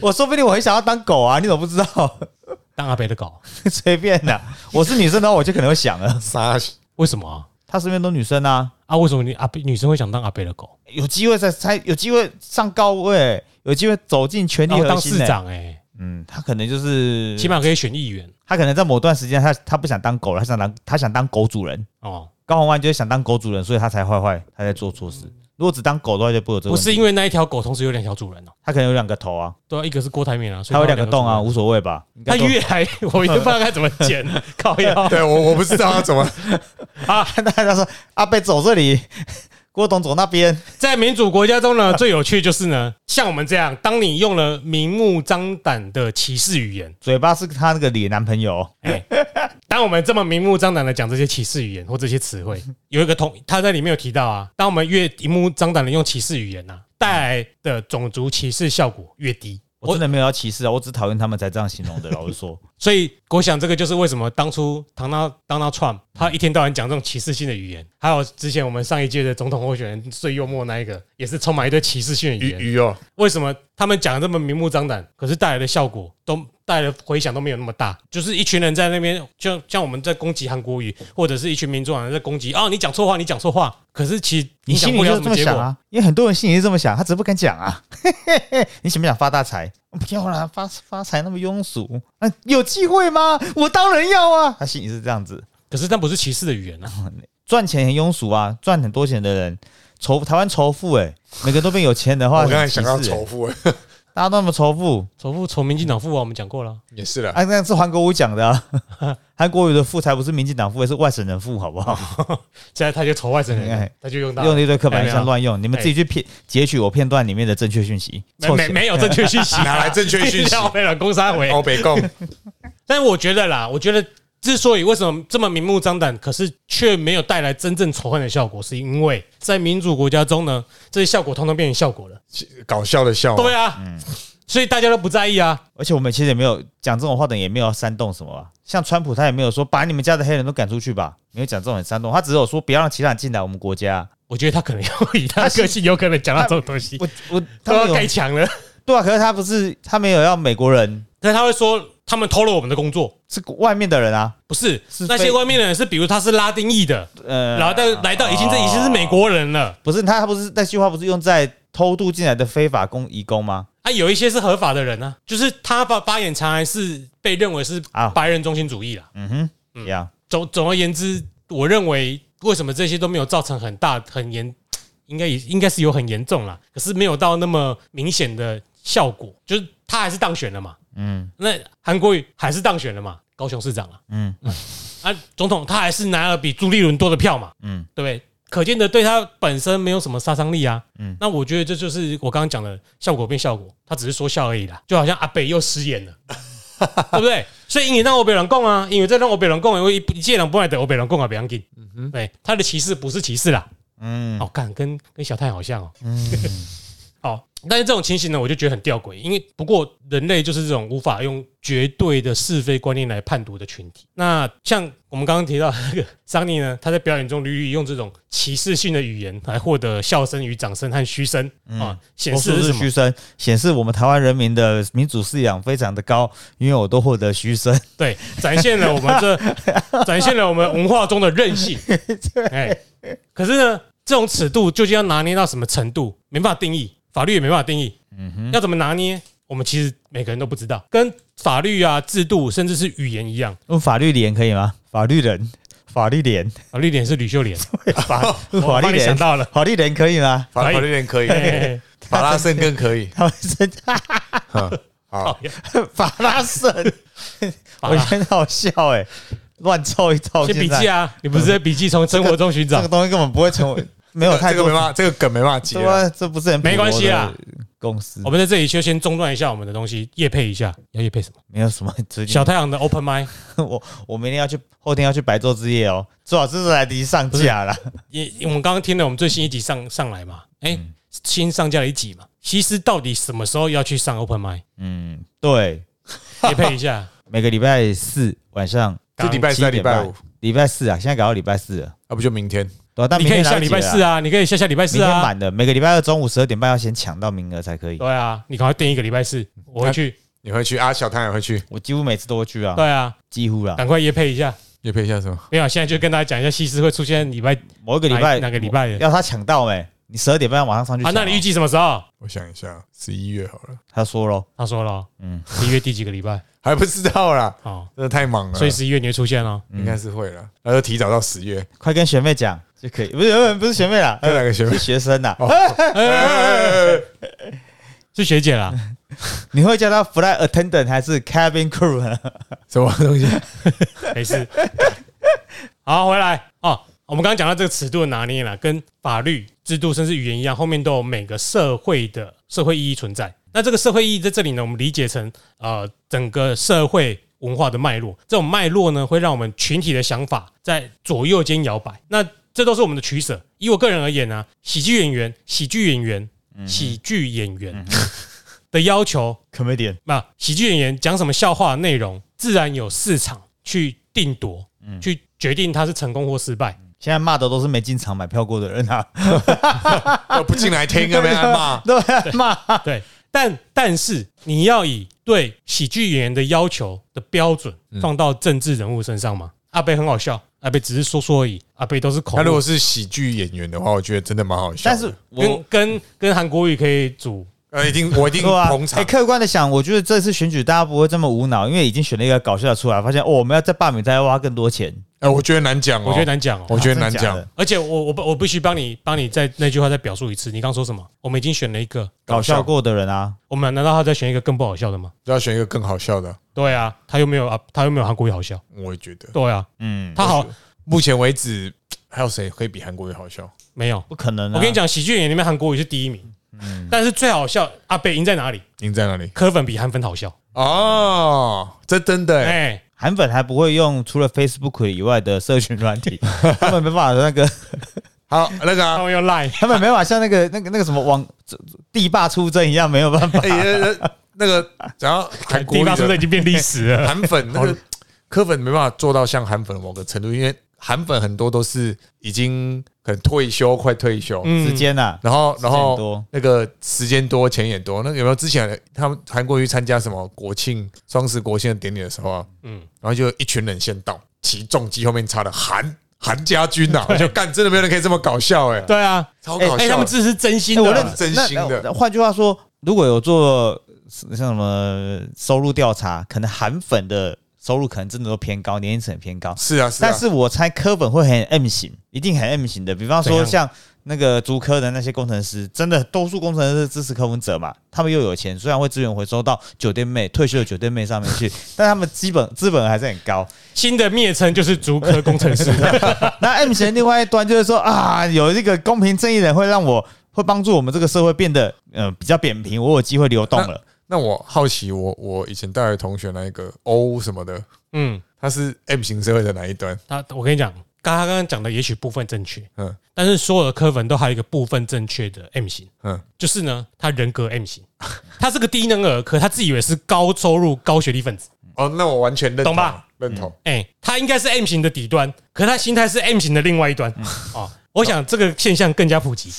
我说不定我很想要当狗啊，你怎么不知道？ *laughs*
当阿北的狗，
随便啦、我是女生的话，我就可能会想了。
傻小
为什么啊？
他身边都女生啊，
啊，为什么你阿北女生会想当阿北的狗？
有机会才才有机会上高位，有机会走进权力
然后当
核心、
市
欸。
长哎、
嗯，他可能就是，
起码可以选议员
他可能在某段时间，他他不想当狗了，他想当他想当狗主人。
哦，
高洪安就是想当狗主人，所以他才坏坏，他在做错事。如果只当狗的话，就不会有这个
不
问题。
是因为那一条狗同时有两条主人哦、
他可能有两个头啊，
对啊，一个是郭台铭啊，所以
他有两个洞啊，
主人。
无所谓吧？应该
他
都
越来我也不知道该怎么
*laughs*
剪，靠腰
对我我不知道他怎么，
啊！
大家说阿贝走这里，郭董走那边， *laughs*
在民主国家中呢，最有趣就是呢，像我们这样，当你用了明目张胆的歧视语言，
嘴巴是他那个脸男朋友，
哎，当我们这么明目张胆的讲这些歧视语言或这些词汇，有一个同他在里面有提到啊，当我们越明目张胆的用歧视语言啊，带来的种族歧视效果越低。
我
我
真的没有要歧视啊，我只讨厌他们才这样形容的。老实说，
所以我想这个就是为什么当初唐纳 Donald Trump 他一天到晚讲这种歧视性的语言，还有之前我们上一届的总统候选人最幽默那一个，也是充满一堆歧视性的语
鱼
言。
鱼哦，
为什么他们讲的这么明目张胆，可是带来的效果都带来的回响都没有那么大？就是一群人在那边，就像我们在攻击韩国语，或者是一群民众人在攻击啊，你讲错话，你讲错话。可是其实
你
影响
心里
不
就
了
是
什
这
么
么
结
想
果。
啊，因为很多人心里是这么想，他只是不敢讲啊。 *laughs* 你想不想发大财？不要啦，发发财那么庸俗，啊，有机会吗？我当然要啊。他心里是这样子，
可是那不是歧视的语言啊，
赚钱很庸俗啊，赚很多钱的人。仇台湾仇富哎、每个都变有钱的
我
话，
刚才
很歧
想到
视欸
仇富，
大家都那么仇富
仇富仇民进党富啊，我们讲过了。
也是了。
啊，那是韩国瑜讲的、啊，
*laughs*
韩国瑜的富才不是民进党富，也是外省人富，好不好？
哦现在他就仇外省人
哎，
他就用到
用了一堆刻板印
哎没有
象乱用，你们自己去片截取我片段里面的正确讯息，
没没没有正确 *laughs* 讯息啊，
哪来正确讯息
要被了攻杀回。
欧北共
但是我觉得啦，我觉得之所以为什么这么明目张胆，可是却没有带来真正仇恨的效果，是因为在民主国家中呢，这些效果通通变成效果了。
搞笑的
哦
笑，
对
嗯
啊，所以大家都不在意啊。
而且我们其实也没有讲这种话的，也没有煽动什么吧。像川普他也没有说把你们家的黑人都赶出去吧，没有讲这种很煽动，他只有说不要让其他人进来我们国家。
我觉得他可能要以他的个性，有可能讲到这种东西，
我我
都
他
要
没
盖
有
墙了。
对啊，可是他不是他没有要美国人，
但他会说他们偷了我们的工作，
是外面的人啊，
不是
是
那些
非
外面的人是，比如他是拉丁裔的，
呃，
然后但来到已经这已经是美国人了。
不是他他不是那句话不是用在偷渡进来的非法工移工吗？
啊，有一些是合法的人呢、就是他发发言常还是被认为是
啊
白人中心主义啦。
嗯哼，一样。
总总而言之，我认为为什么这些都没有造成很大很严，应该也应该是有很严重啦，可是没有到那么明显的效果，就是他还是当选了嘛。
嗯
那韩国瑜还是当选了嘛，高雄市长了
嗯
啊，总统他还是拿了比朱立伦多的票嘛，
嗯，
对不对？可见的对他本身没有什么杀伤力啊。
嗯
那我觉得这就是我刚刚讲的效果变效果，他只是说笑而已啦，就好像阿北又失言了， *laughs* 对不对？所以因为让我北人讲啊，因为这让我北人讲，因为一届人不爱的我北人讲啊，别要紧。对，他的歧视不是歧视啦，
嗯
哦，干跟跟小太好像哦。 *laughs* 好，但是这种情形呢，我就觉得很吊诡，因为不过人类就是这种无法用绝对的是非观念来判读的群体。那像我们刚刚提到那个 *laughs* 桑尼呢，他在表演中屡屡用这种歧视性的语言来获得笑声与掌声和嘘声啊，显
我
示的
数
是
字
什么
嘘？声显示我们台湾人民的民主素养非常的高，因为我都获得嘘声。 *laughs*
对，展现了我们这展现了我们文化中的韧
*laughs*
性。哎，可是呢，这种尺度究竟要拿捏到什么程度，没办法定义，法律也没办法定义。
嗯哼，
要怎么拿捏，我们其实每个人都不知道。跟法律啊、制度，甚至是语言一样，
用法律脸可以吗？法律人，法律脸，
法律脸是吕秀莲，
*laughs* 法
我
法
帮你
律
想
脸， *laughs*
到了。
法律脸可以吗？ *laughs*
法律人可以，
嘿 *laughs* 嘿嘿
法拉盛更可以。
他们 *laughs* 真
嗯好，
法拉盛，
法
我
拉
觉得好笑哎、乱凑一凑。
先笔
现在
记啊，你不是在笔记从生活中寻
*laughs* 这
找
个？东西根本不会成
*laughs*
为，没有太
这个
多
没办法，这个梗没办法解
对
啊。
啊，这不是很
没关系啦
啊。公司
我们在这里就先中断一下我们的东西，夜配一下，要夜配什么？
没有什么最近
小，太阳的 Open m i
*laughs* 我我明天要去，后天要去白昼之夜哦，最好是来得及上架啦。
也我们刚刚听了我们最新一集上上来嘛，哎、
嗯
新上架了一集嘛。西施到底什么时候要去上 Open
*laughs*
m i
嗯，对，
夜配一下，
每个礼拜四晚上，
这礼拜三、礼拜五，
礼拜四啊，现在改到礼拜四了。
那不就明天？
对啊，但
你
明
可以
天
下
来不
礼
及
拜
了啊
四啊，你可以下下礼拜
明
四
天
啊。
满的，每个礼拜二中午十二点半要先抢到名额才可以。
对啊，你赶快定一个礼拜四，
嗯
我会去。
你会去啊？小唐也会去，
我几乎每次都会去啊，
对啊，
几乎啦。
赶快夜配一下。
也配一下什么？
没有，现在就跟大家讲一下，西施会出现礼拜
某一个礼
哪
拜，
哪个礼拜的
要他抢到没？你十二点半晚上上去
啊？
抢
那
哦
你预计什么时候？
我想一下，十一月好了，
他说喽，
他说了哦，
嗯
十一月第几个礼拜？
还不知道啦，
*laughs*
哦，
真的太忙了，
所以十一月你会出现哦。
应该是会了。那就提早到十月，
快跟学妹讲就可以，不是呃不是学
*laughs*
妹啦，
这
呃
两个学妹
是学生啦。
哦是学姐啦，
你会叫他 flight attendant 还是 cabin crew 啊呢？
*laughs*
*laughs*
什么东西？
没事。好，回来哦。我们刚刚讲到这个尺度的拿捏啦，跟法律制度甚至语言一样，后面都有每个社会的社会意义存在。那这个社会意义在这里呢，我们理解成呃整个社会文化的脉络。这种脉络呢，会让我们群体的想法在左右间摇摆。那这都是我们的取舍。以我个人而言呢、喜剧演员、喜剧演员、喜剧演员的要求
可没点，
那喜剧演员讲什么笑话内容，自然有市场去定夺，
嗯
去决定他是成功或失败。
现在骂的都是没进场买票过的人啊，
*laughs* 我不进来听
*laughs*
啊，被他骂。
对啊，骂
对，但但是你要以对喜剧演员的要求的标准
嗯
放到政治人物身上吗？阿贝很好笑，阿贝只是说说而已，阿贝都是口
他如果
误。
是喜剧演员的话，我觉得真的蛮好笑的。
但是我
跟跟跟韩国语可以组，
呃，一
*laughs*
定我一定
对啊
捧，场
哎，。客观的想，我觉得这次选举大家不会这么无脑，因为已经选了一个搞笑的出来，发现哦，我们要再罢免，再挖更多钱，
哎，我觉得难讲哦，
我觉得难讲
我
哦。
觉得难
真的假
讲
的。
而且我我我必须帮你帮你再那句话再表述一次。你刚说什么？我们已经选了一个，
搞笑过的人啊，
我们难道还再选一个更不好笑的吗？
要选一个更好笑的，
对啊，他又没有啊，他又没有韩国语好笑。
我也觉得。
对啊，
嗯，
他好
目前为止，还有谁可以比韩国语好笑？
没有。
不可能、啊。
我跟你，讲，喜剧演员里面韩国语是第一名，
嗯
但是最好笑阿贝赢在哪里？
赢在哪里？
柯粉比韩粉好笑。
哦，这真的欸，
哎，
韩粉还不会用除了 Facebook 以外的社群软
*laughs*
体，他们没办法那个， *laughs*
好那个啊
他， *laughs* 们又赖。
他们没办法像那个那个那个什么网地霸出征一样，没有办法。
哎、那个那个，然后韩国
地
语
方是不是
的
已经变历史
*laughs*
了？
韩
*laughs*
粉，那个科粉没办法做到像韩粉某个程度，因为韩粉很多都是已经很退休，快退休，
时间呐、啊，
然后然
时间
后
多
那个时间多，钱也多。那有没有之前他们韩国瑜参加什么国庆、双十国庆的典礼的时候啊？
嗯
嗯，然后就一群人先到，起重机后面插的韩韩家军呐、啊，我就干，真的没有人可以这么搞笑哎、
对啊，
超搞
哎，他
笑
们
的。
这是真心
哎我
的
认
啊。
真
那
心的
那换句话说，如果有做像什么收入调查，可能韩粉的收入可能真的都偏高，年龄层也偏高。
是啊，是啊
但，是我猜科粉会很 M 型，一定很 M 型的。比方
怎
说
样
像那个竹科的那些工程师，真的多数工程师是支持科文者嘛，他们又有钱，虽然会资源回收到酒店妹退休的酒店妹上面
*laughs*
去，但他们基本资本还是很高。
新的蔑称就是竹科工
*laughs*
程师。
那 M 型的另外一端就是说啊，有这个公平正义的人会让我会帮助我们这个社会变得呃比较扁平，我有机会流动了。
那我好奇我，我以前大学同学那一个 O 什么的，
嗯，
他是 M 型社会的哪一端？
他我跟你讲，刚刚刚刚讲的也许部分正确，
嗯
但是所有的科粉都还有一个部分正确的 M 型，
嗯，
就是呢，他人格 M 型，他是个低能儿科，他自以为是高收入、高学历分子，
嗯
哦，那我完全认同，
懂吧？
认同。
哎、他应该是 M 型的底端，可他心态是 M 型的另外一
嗯
端哦。我想这个现象更加普及，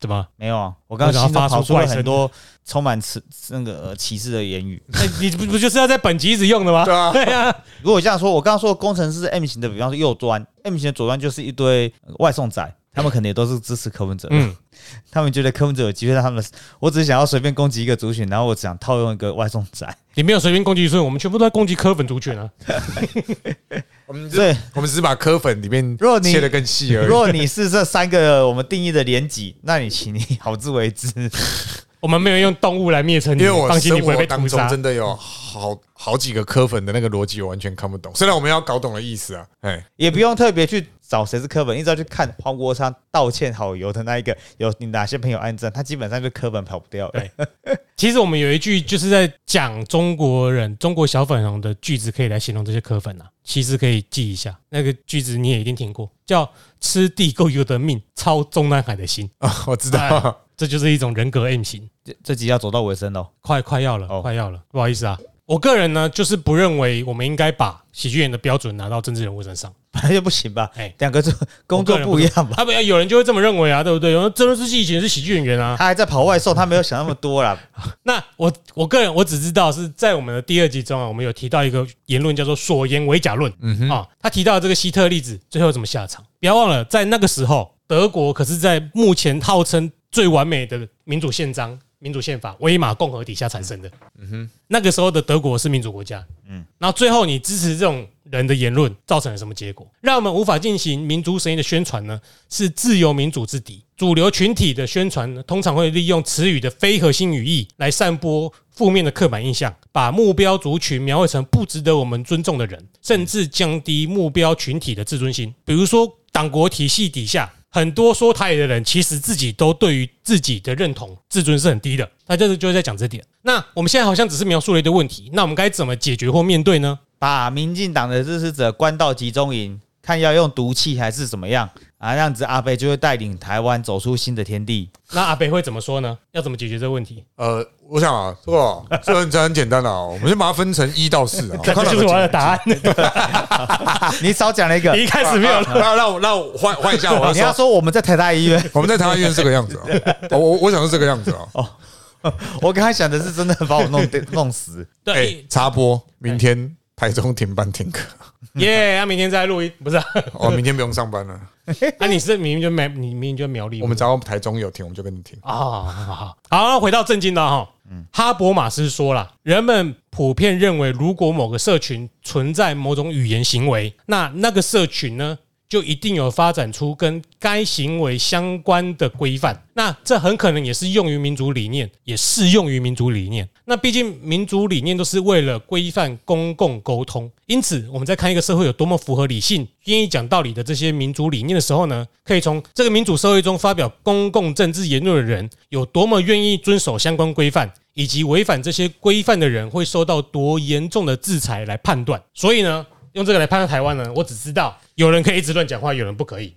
怎
*laughs*
么？ *laughs*
没有啊，我刚刚
为什
心
么要
中
发出
跑出了
怪声
很多充满歧那个呃歧视的言语。
那哎你不不就是要在本集一直用的吗？
对啊
对啊，
如果这样说，我刚刚说工程师是 M 型的，比方说右端，M 型的左端就是一堆外送仔，他们肯定也都是支持柯文哲，
嗯，
*laughs* 他们觉得柯文哲有机会让他们，我只是想要随便攻击一个族群，然后我只想套用一个外送仔，
*laughs* 你没有随便攻击一顺，我们全部都在攻击科粉族群啊。
我们
所
这
以
我们只是把科粉里面
若你
切的更细而已。
若你是这三个我们定义的连级，那你请你好自为之。
我们没有用动物来蔑称你，
因为我
嗯放心，
生
你不会
活
被
当
屠
中
杀。
真的有好好几个科粉的那个逻辑，我完全看不懂。虽然我们要搞懂的意思啊，哎， *laughs*
也不用特别去找谁是柯本，一直要去看黄国昌道歉好友的那一个有你哪些朋友按赞，他基本上就柯本跑不掉了
对。其实我们有一句就是在讲中国人、中国小粉红的句子，可以来形容这些科粉啊。其实可以记一下，那个句子你也一定听过，叫“吃地沟油的命，操中南海的心
啊，我知道。”，
这就是一种人格 M 型。
这这集要走到尾声喽，
快快要了，
哦
快要了，不好意思啊。我个人呢，就是不认为我们应该把喜剧演员的标准拿到政治人物身 *laughs* 上。
本来就不行吧
哎？
两个做工作不一样吧？
啊，不，有人就会这么认为啊，对不对？有人真的是以前是喜剧演员啊， *laughs*
他还在跑外送，他没有想那么多啦。 *laughs*
那我我个人我只知道是在我们的第二集中啊，我们有提到一个言论叫做“所言为假论”。嗯哼，啊，他提到这个希特例子最后怎么下场？不要忘了，在那个时候，德国可是在目前号称最完美的民主宪章、民主宪法——威玛共和底下产生的。嗯哼，那个时候的德国是民主国家。嗯，然后最后你支持这种人的言论，造成了什么结果？让我们无法进行民族声音的宣传呢？是自由民主之敌。主流群体的宣传呢，通常会利用词语的非核心语义来散播负面的刻板印象，把目标族群描绘成不值得我们尊重的人，甚至降低目标群体的自尊心。比如说，党国体系底下。很多说台语的人，其实自己都对于自己的认同、自尊是很低的。他就是就是在讲这点。那我们现在好像只是描述了一堆问题，那我们该怎么解决或面对呢？
把民进党的支持者关到集中营，看要用毒气还是怎么样啊？这样子阿贝就会带领台湾走出新的天地。
那阿北会怎么说呢？要怎么解决这个问题？
呃，我想啊，这个这个这很简单啊，我们先把它分成一到
*laughs*
四啊。
这就是我的答案。
啊你少讲了一个，
*laughs* 你一开始没有
啊那那我那我换换一下，我要
你要
说，
说我们在台大医院， *laughs*
我们在台湾医院是这个样
*laughs*
子啊。哦我我想是这个样子啊。
哦
我刚才想的是真的把我弄弄死。
哎
对，
插播，
哎
明天台中停班停课，
*laughs* 耶！他明天再录音，不是啊？ *laughs*
哦，明天不用上班了。
啊你是明明就苗，你明明就苗栗，
我们只要台中有停，我们就跟你停。
啊，好好好，好，那回到正经的哈。哈伯马斯说了，人们普遍认为，如果某个社群存在某种语言行为，那那个社群呢，就一定有发展出跟该行为相关的规范。那这很可能也是用于民主理念，也适用于民主理念。那毕竟民主理念都是为了规范公共沟通，因此我们在看一个社会有多么符合理性、愿意讲道理的这些民主理念的时候呢，可以从这个民主社会中发表公共政治言论的人有多么愿意遵守相关规范。以及违反这些规范的人会受到多严重的制裁来判断。所以呢，用这个来判断台湾呢，我只知道有人可以一直乱讲话，有人不可以。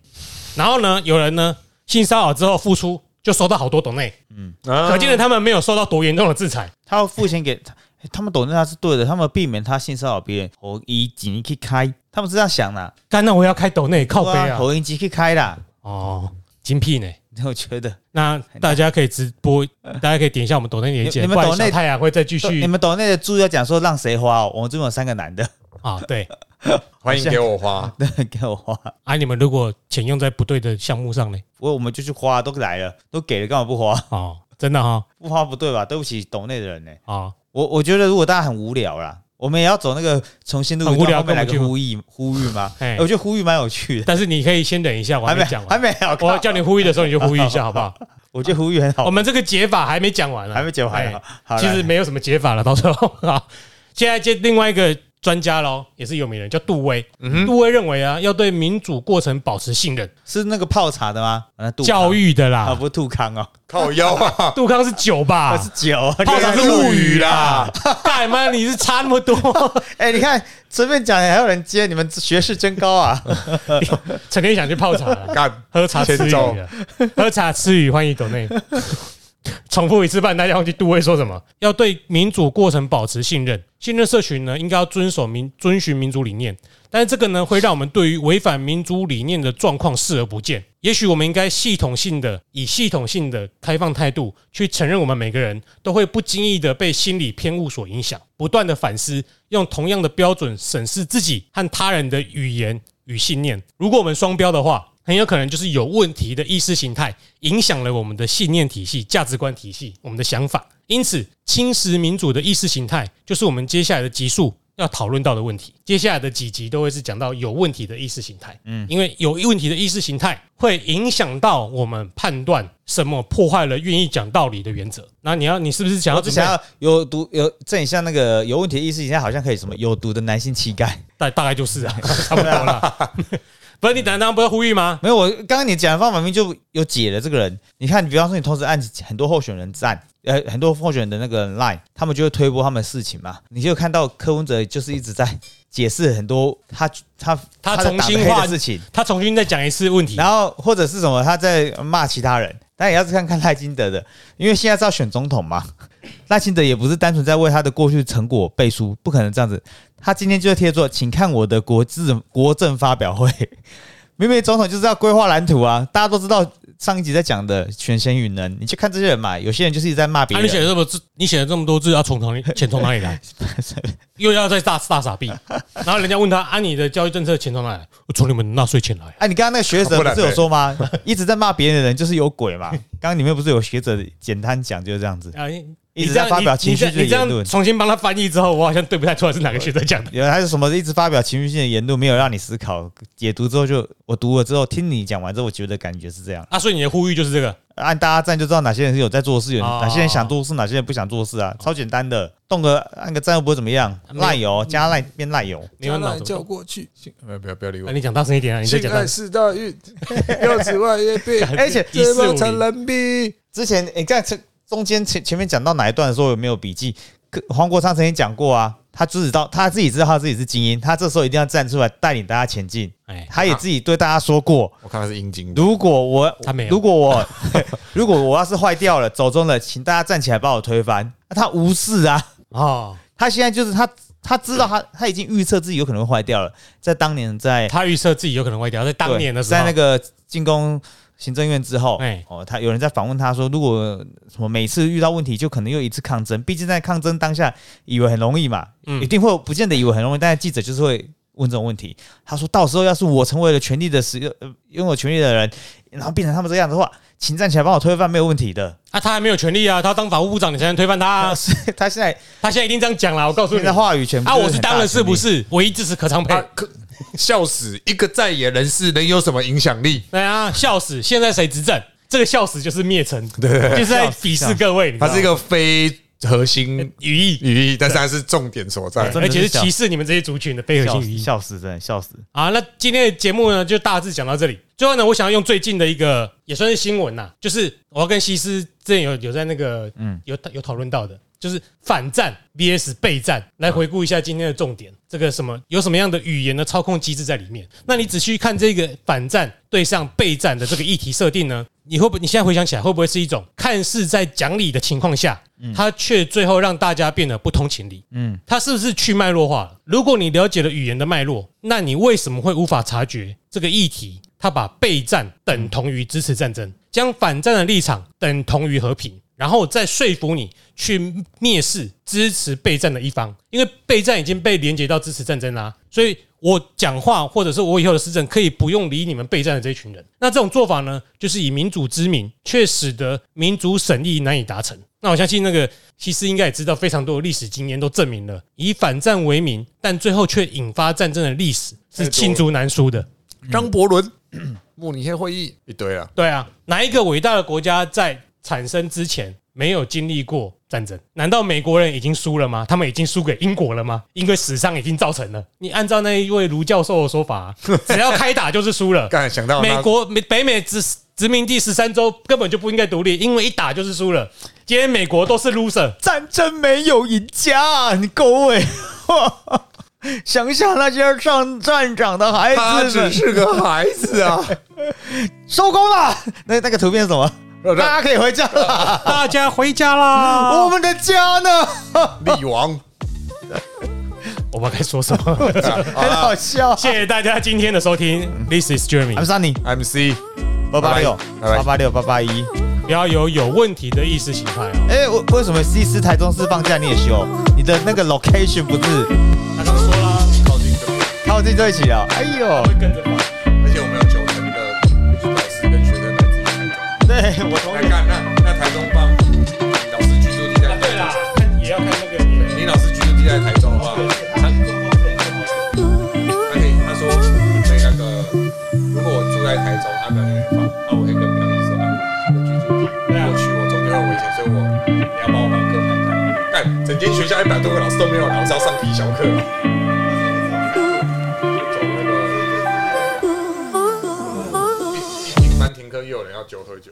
然后呢，有人呢性骚扰之后付出，就收到好多抖内，
嗯
可见的他们没有受到多严重的制裁。
他要付钱给他，欸他们懂得他是对的，他们避免他性骚扰别人，红衣机去开，他们是这样想的，
但那我要开抖内靠背啊，
红衣机去开啦，
哦，精辟呢。
我觉得
那大家可以直播，大家可以点一下我们抖内连接，
哎你
不
们
然
抖内
小啊太阳会再继
你
续
们懂那个注意要讲说让谁花、哦，我们这边有三个男的， *laughs*
啊。对
欢迎给我花，
对，给我花，
啊，你们如果钱用在不对的项目上呢？
我我们就去花，都来了，都给了，干嘛不花？ *laughs*
哦，真的哈
不花不对吧？对不起，懂内的人呢、
啊，
我我觉得如果大家很无聊啦，我们也要走那个重新录
很无聊
到后面来
干
个
嘛去
呼吁呼吁吗？
*laughs* 哎
欸我觉得呼吁蛮有趣的，
*laughs* 但是你可以先等一下，我还
还
没
没
讲完
还。没有，
我
我
叫你呼吁的时候，你就呼吁一下，好不好？
我觉得呼吁很好，
我们这个解法还没讲完呢，
*laughs* 还没解完
哎
啊，好
其实没有什么解法了，到时候 *laughs* 啊，现在接另外一个专家喽，也是有名人，叫杜威。
嗯
杜威认为啊，要对民主过程保持信任，
是那个泡茶的吗？啊那杜康
教育的
啊，
啦。
不是杜康哦，
靠
*laughs*
腰啊，
杜康是酒吧
*laughs* 那，是酒啊。
泡茶是物语
啦，
干嘛你是差那么多？
哎，你看随便讲还有人接，你们学识真高啊！
成天想去泡茶了，
干
喝茶吃
欠
鱼
揍
了，喝茶吃鱼，欢迎抖内。 *laughs* 重复一次半，大家忘记杜威说什么？要对民主过程保持信任，信任社群呢，应该要遵守民遵循民主理念。但是这个呢，会让我们对于违反民主理念的状况视而不见。也许我们应该系统性的以系统性的开放态度去承认，我们每个人都会不经意的被心理偏误所影响，不断的反思，用同样的标准审视自己和他人的语言与信念。如果我们双标的话，很有可能就是有问题的意识形态影响了我们的信念体系、价值观体系、我们的想法。因此，侵蚀民主的意识形态，就是我们接下来的集数要讨论到的问题。接下来的几集都会是讲到有问题的意识形态，嗯，因为有问题的意识形态会影响到我们判断什么破坏了愿意讲道理的原则。那你要，你是不是想要
我只
准
想
备？
要有毒有正像那个有问题的意思，现在好像可以什么有毒的男性气概。
大大概就是
*laughs*
啊，差不多了。不是你等等不要呼吁吗？
没有，我刚刚你讲的方法明明就有解了这个人。你看，你比方说你同时按很多候选人赞，呃，很多候选人的那个 line，他们就会推播他们的事情嘛。你就看到柯文哲就是一直在解释很多他他
他
在
重
打
新
黑的
画
事情，
他重新再讲一次问题。
然后或者是什么他在骂其他人。但也要是看看赖清德的，因为现在是要选总统嘛。赖清德也不是单纯在为他的过去成果背书，不可能这样子。他今天就贴做，请看我的国治国政发表会。 *laughs* 明明总统就是要规划蓝图啊，大家都知道上一集在讲的选贤与能，你去看这些人嘛，有些人就是一直在骂别
啊，你
人，
写了这么字，你写了这么多字，要从哪
*laughs*
里钱从哪里来？又要再大大傻逼，然后人家问他啊，你的教育政策钱从哪里来？我从你们纳税钱来。
哎、你刚刚那个学者
啊不
不
然
是有说吗？ *laughs* 一直在骂别人的人就是有鬼嘛。刚刚里面不是有学者简单讲就是这样子，
啊，你
一
你
直
这样
在发表
你
情绪
你
的
这你这
言
样
论，
重新帮他翻译之后，我 *laughs* 好像对不太出来是哪个学者讲的。
有还是什么一直发表情绪性的言论，没有让你思考解读之后就我读了之后听你讲完之后，我觉得感觉是这样。
啊，所以你的呼吁就是这 *laughs* 个，
按大家赞就知道哪些人是有在做事，有
哦
哪些人想做事，哪些人不想做事啊，超简单的，动个按个赞又不会怎么样，
没有
赖油加赖变赖油。
你有脑子
叫
吗。
过去，没有呃不要不要理
啊，
我。
你讲大声一点啊！你再
性
讲大
爱
声。哎
是大 *laughs* 运，要子万叶 *laughs* 病，
而且
一
这
四五
包缠
零，
人逼。
之前你看这中间前前面讲到哪一段的时候有没有笔记？可黄国昌曾经讲过啊，他知道他自己知道他自己是精英，他这时候一定要站出来带领大家前进。
哎，
他也自己对大家说过，
我看他是阴茎的，
如果我
他没有
如果我 *laughs* 如果我要是坏掉了走中了，请大家站起来把我推翻。那他无视啊，
哦，
他现在就是他他知道他他已经预测自己有可能会坏掉了，在当年在
他预测自己有可能会掉，在当年的时候，
在那个进攻行政院之后，
哎
哦，他有人在访问他说，如果什么每次遇到问题，就可能又一次抗争，毕竟在抗争当下，以为很容易嘛，
嗯
一定会有不见得以为很容易，但是记者就是会问这种问题。他说到时候要是我成为了权力的使用呃拥有权力的人，然后变成他们这样的话，请站起来帮我推翻没有问
*laughs*
题的。 *laughs*
啊，他还没有权利啊，他当法务部长你才能推翻他、啊
啊，，所以他现在
他现在一定这样讲啦，我告诉
现
你
在话语权
啊，我是当了是不
是？
是？我一支持可昌
啊 *laughs*
培，，
可笑死！一个在野人士能有什么影响力？
对啊，笑死！现在谁执政？这个笑死就是灭城，就是在鄙视各位，你知道
它
吗
是一个非核心
语义，
语义，但是它是重点所在
对。真
而
的是
且是
笑
歧视你们这些族群的非核
笑
心
死
语义。
笑死，真的笑死！
好，那今天的节目呢，就大致讲到这里。最后呢，我想要用最近的一个也算是新闻呐，就是我要跟西施之前有有在那个嗯有有讨论到的，就是反战 VS 备战，来回顾一下今天的重点，这个什么有什么样的语言的操控机制在里面？那你仔细看这个反战对上备战的这个议题设定呢，你会不你现在回想起来，会不会是一种看似在讲理的情况下，它却最后让大家变得不通情理？
嗯，
它是不是去脉络化了？如果你了解了语言的脉络，那你为什么会无法察觉这个议题？它把备战等同于支持战争，将反战的立场等同于和平，然后再说服你去蔑视支持备战的一方，因为备战已经被连接到支持战争啦、所以我讲话或者是我以后的施政可以不用理你们备战的这一群人。那这种做法呢，就是以民主之名，却使得民主审议难以达成。那我相信那个西斯应该也知道，非常多的历史经验都证明了，以反战为名，但最后却引发战争的历史是罄竹难书的。
张伯伦、嗯慕尼黑会议一堆啊，
对啊，哪一个伟大的国家在产生之前没有经历过战争？难道美国人已经输了吗？他们已经输给英国了吗？因为史上已经造成了。你按照那一位卢教授的说法啊、只要开打就是输了。
刚才想到那
美国美北美殖殖民地十三州根本就不应该独立，因为一打就是输了。今天美国都是 loser，
战争没有赢家、啊，你狗尾！ *laughs* 想想那些上战场的孩
他
子
只
们，
是个孩子啊，
收工了。那那个图片是什么？
*laughs*
大家可以回家了。
大家回家啦！
啊
我们的家呢？
力王，
我们该说什 *laughs* 么？
好
很好
啦
笑。
谢谢大家今天的收听，This is
I'm
Jeremy。
Sunny，
，MC，
八八六
拜拜
八八六八八一。
不要有有问题的意识形态哦。
哎，为为什么西斯台中市放假你也休？你的那个 location 不是
他刚说啦，
靠近这边，
靠近在一起啊？哎呦，
会跟着跑。啊
而且我们有九成的老师跟学生来自己台中。
对我同
来
意。
看那那台中帮老师居住地在
啊，对啦，看也要看那个你。
林老师居住地在台中的话，他他可以他说可以那个，如果我住在台中，他没有地方放，那我可以跟表弟说，啊，我的居住地过去我中间有危险，所以我你要帮我把课排开。干，整间学校一百多个老师都没有老师要上体小课。走那个一一一班停课，又有人要酒喝酒。